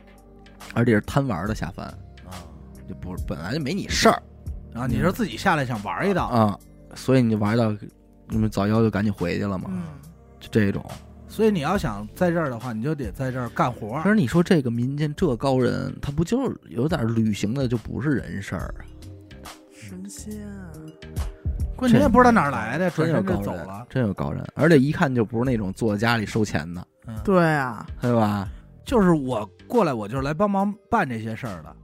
Speaker 1: 而且是贪玩的下凡，
Speaker 2: 啊
Speaker 1: 就不本来就没你事儿
Speaker 2: 啊！你
Speaker 1: 嗯
Speaker 2: 是自己下来想玩一道，
Speaker 1: 啊，所以你就玩到你们早夭就赶紧回去了嘛，
Speaker 3: 嗯，
Speaker 1: 就这种。
Speaker 2: 所以你要想在这儿的话，你就得在这儿干活
Speaker 1: 可。是你说这个民间这高人，他不就是有点履行的就不是人事儿啊？
Speaker 3: 神仙啊，
Speaker 2: 关键你也不知道哪儿来的，转
Speaker 1: 真有
Speaker 2: 身
Speaker 1: 高
Speaker 2: 就
Speaker 1: 人
Speaker 2: 走了，。
Speaker 1: 啊真有高人，而且一看就不是那种坐家里收钱的，
Speaker 2: 嗯，
Speaker 3: 对啊，
Speaker 1: 对吧？
Speaker 2: 就是我过来，我就是来帮忙办这些事儿的。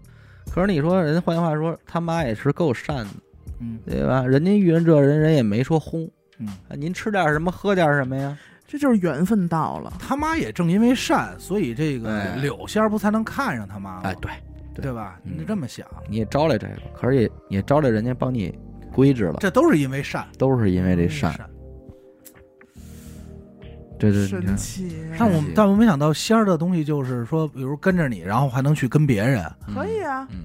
Speaker 1: 可是你说人，换句话说，他妈也是够善的，
Speaker 2: 嗯
Speaker 1: 对吧？人家遇人这人，人也没说轰，
Speaker 2: 嗯，
Speaker 1: 啊您吃点什么，喝点什么呀？
Speaker 3: 这就是缘分到了，
Speaker 2: 他妈也正因为善，所以这
Speaker 1: 哎
Speaker 2: 个柳仙儿不才能看上他妈吗？
Speaker 1: 哎，对，对
Speaker 2: 对吧？
Speaker 1: 嗯
Speaker 2: 你这么想，
Speaker 1: 你也招来这个，可是也也招来人家帮你规制了，
Speaker 2: 这都是因为善，嗯
Speaker 1: 都是因为这
Speaker 2: 善
Speaker 1: 善，。这这你
Speaker 3: 神
Speaker 1: 看
Speaker 3: 奇啊，
Speaker 2: 但我
Speaker 1: 这些
Speaker 2: 但我没想到仙儿的东西就是说，比如跟着你，然后还能去跟别人，
Speaker 3: 可以，啊，
Speaker 1: 嗯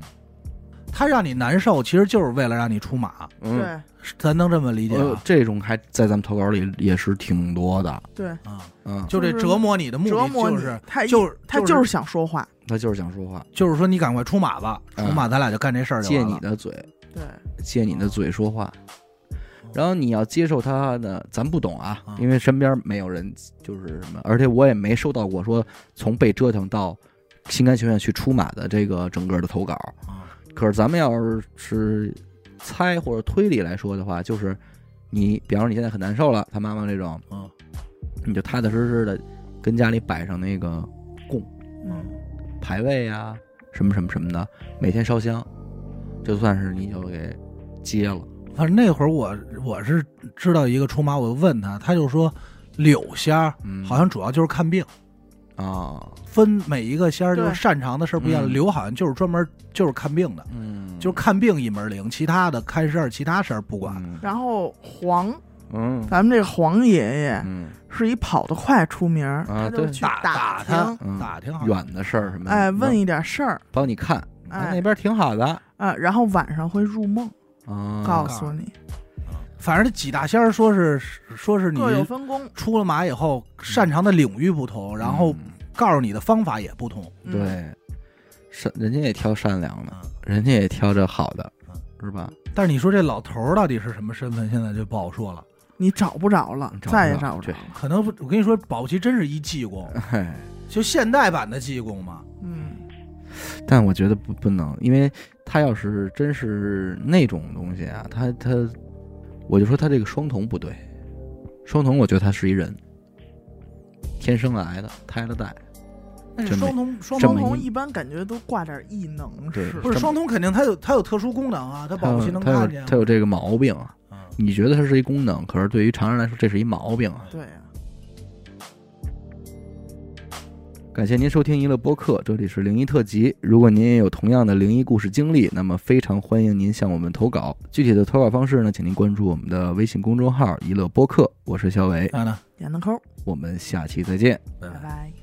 Speaker 2: 他让你难受，其实就是为了让你出马，
Speaker 1: 嗯，嗯
Speaker 3: 对
Speaker 2: 咱能这么理解
Speaker 1: 呃
Speaker 2: 吧？
Speaker 1: 这种还在咱们投稿里也是挺多的，
Speaker 3: 对，
Speaker 2: 啊，
Speaker 1: 嗯，
Speaker 2: 就这折磨你的目
Speaker 3: 折
Speaker 2: 的
Speaker 3: 磨
Speaker 2: 就
Speaker 3: 你
Speaker 2: 是，
Speaker 3: 他
Speaker 1: 哎
Speaker 3: 一
Speaker 2: 就是
Speaker 3: 他
Speaker 2: 就是
Speaker 3: 就是想说话，
Speaker 1: 他就是想说话，
Speaker 2: 就是说你赶快出马吧，出
Speaker 1: 嗯
Speaker 2: 马咱俩就干这事儿就
Speaker 1: 借
Speaker 2: 完
Speaker 1: 你
Speaker 2: 了。
Speaker 1: 的嘴，
Speaker 3: 对，
Speaker 1: 借你的嘴说话，然后你要接受他的，咱不懂啊
Speaker 2: 啊，
Speaker 1: 因为身边没有人就是什么，而且我也没收到过说从被折腾到心甘情愿去出马的这个整个的投稿。
Speaker 2: 啊
Speaker 1: 可是咱们要是猜或者推理来说的话，就是你，比方说你现在很难受了，他妈妈这种，
Speaker 2: 嗯
Speaker 1: 你就踏踏实实的跟家里摆上那个
Speaker 3: 嗯，
Speaker 1: 牌位啊，什么什么什么的，每天烧香，就算是你就给接了。
Speaker 2: 反正那会儿我我是知道一个出马，我问他，他就说柳仙儿
Speaker 1: 嗯，
Speaker 2: 好像主要就是看病，
Speaker 1: 啊，
Speaker 2: 分每一个仙儿就是
Speaker 3: 对
Speaker 2: 擅长的事儿不一样。
Speaker 1: 嗯
Speaker 2: 刘好像就是专门就是看病的，
Speaker 1: 嗯，
Speaker 2: 就是看病一门儿灵，其他的看事儿其他事儿不管。
Speaker 1: 嗯
Speaker 3: 然后黄，
Speaker 1: 嗯
Speaker 3: 咱们这个黄爷爷
Speaker 1: 嗯
Speaker 3: 是以跑得快出名儿，
Speaker 1: 啊
Speaker 3: 他就
Speaker 1: 对
Speaker 3: 去
Speaker 2: 打打他
Speaker 3: 听，
Speaker 1: 嗯，
Speaker 2: 打啊挺好，
Speaker 1: 远的事儿什么的，
Speaker 3: 哎，问一点事儿，
Speaker 1: 帮你看，啊
Speaker 3: 哎
Speaker 1: 那边挺好的
Speaker 3: 啊，然后晚上会入梦，
Speaker 1: 啊，
Speaker 3: 告诉你
Speaker 2: 反正这几大仙儿说是说是你
Speaker 3: 各有分工，
Speaker 2: 出了马以后擅长的领域不同，然后
Speaker 1: 嗯
Speaker 2: 告诉你的方法也不同。
Speaker 3: 嗯，
Speaker 1: 对，善人家也挑善良的
Speaker 2: 嗯，
Speaker 1: 人家也挑着好的
Speaker 2: 嗯，
Speaker 1: 是吧？
Speaker 2: 但是你说这老头儿到底是什么身份，现在就不好说了。
Speaker 3: 你找不着了，
Speaker 1: 找不
Speaker 3: 再也
Speaker 1: 着
Speaker 3: 找不着
Speaker 1: 对
Speaker 3: 了，
Speaker 2: 可能我跟你说，保不齐真是一济公，
Speaker 1: 哎，
Speaker 2: 就现代版的济公嘛。
Speaker 3: 嗯，
Speaker 1: 但我觉得不不能，因为他要是真是那种东西啊，他他，我就说他这个双瞳不对，双瞳我觉得他是一人，天生来的，胎了带，
Speaker 2: 那是
Speaker 1: 真没
Speaker 2: 双瞳，双
Speaker 1: 这
Speaker 3: 双
Speaker 1: 么
Speaker 2: 瞳
Speaker 3: 瞳
Speaker 1: 一
Speaker 3: 一般感觉都挂点异能
Speaker 1: 对
Speaker 3: 是
Speaker 2: 不是
Speaker 1: 这么
Speaker 2: 双瞳，肯定他有他有特殊功能啊，他
Speaker 1: 他
Speaker 2: 保不齐
Speaker 1: 有
Speaker 2: 能
Speaker 1: 他
Speaker 2: 看
Speaker 1: 有
Speaker 2: 见啊。
Speaker 1: 他有这个毛病啊。
Speaker 2: 嗯
Speaker 1: 你觉得它是一功能，可是对于常人来说，这是一毛病啊。
Speaker 3: 对啊，
Speaker 1: 感谢您收听娱乐播客，这里是灵异特辑。如果您也有同样的灵异故事经历，那么非常欢迎您向我们投稿。具体的投稿方式呢，请您关注我们的微信公众号“娱乐播客”，我是小伟，
Speaker 2: 娜娜，
Speaker 3: 点个扣，
Speaker 1: 我们下期再见。
Speaker 2: 拜
Speaker 3: 拜。拜。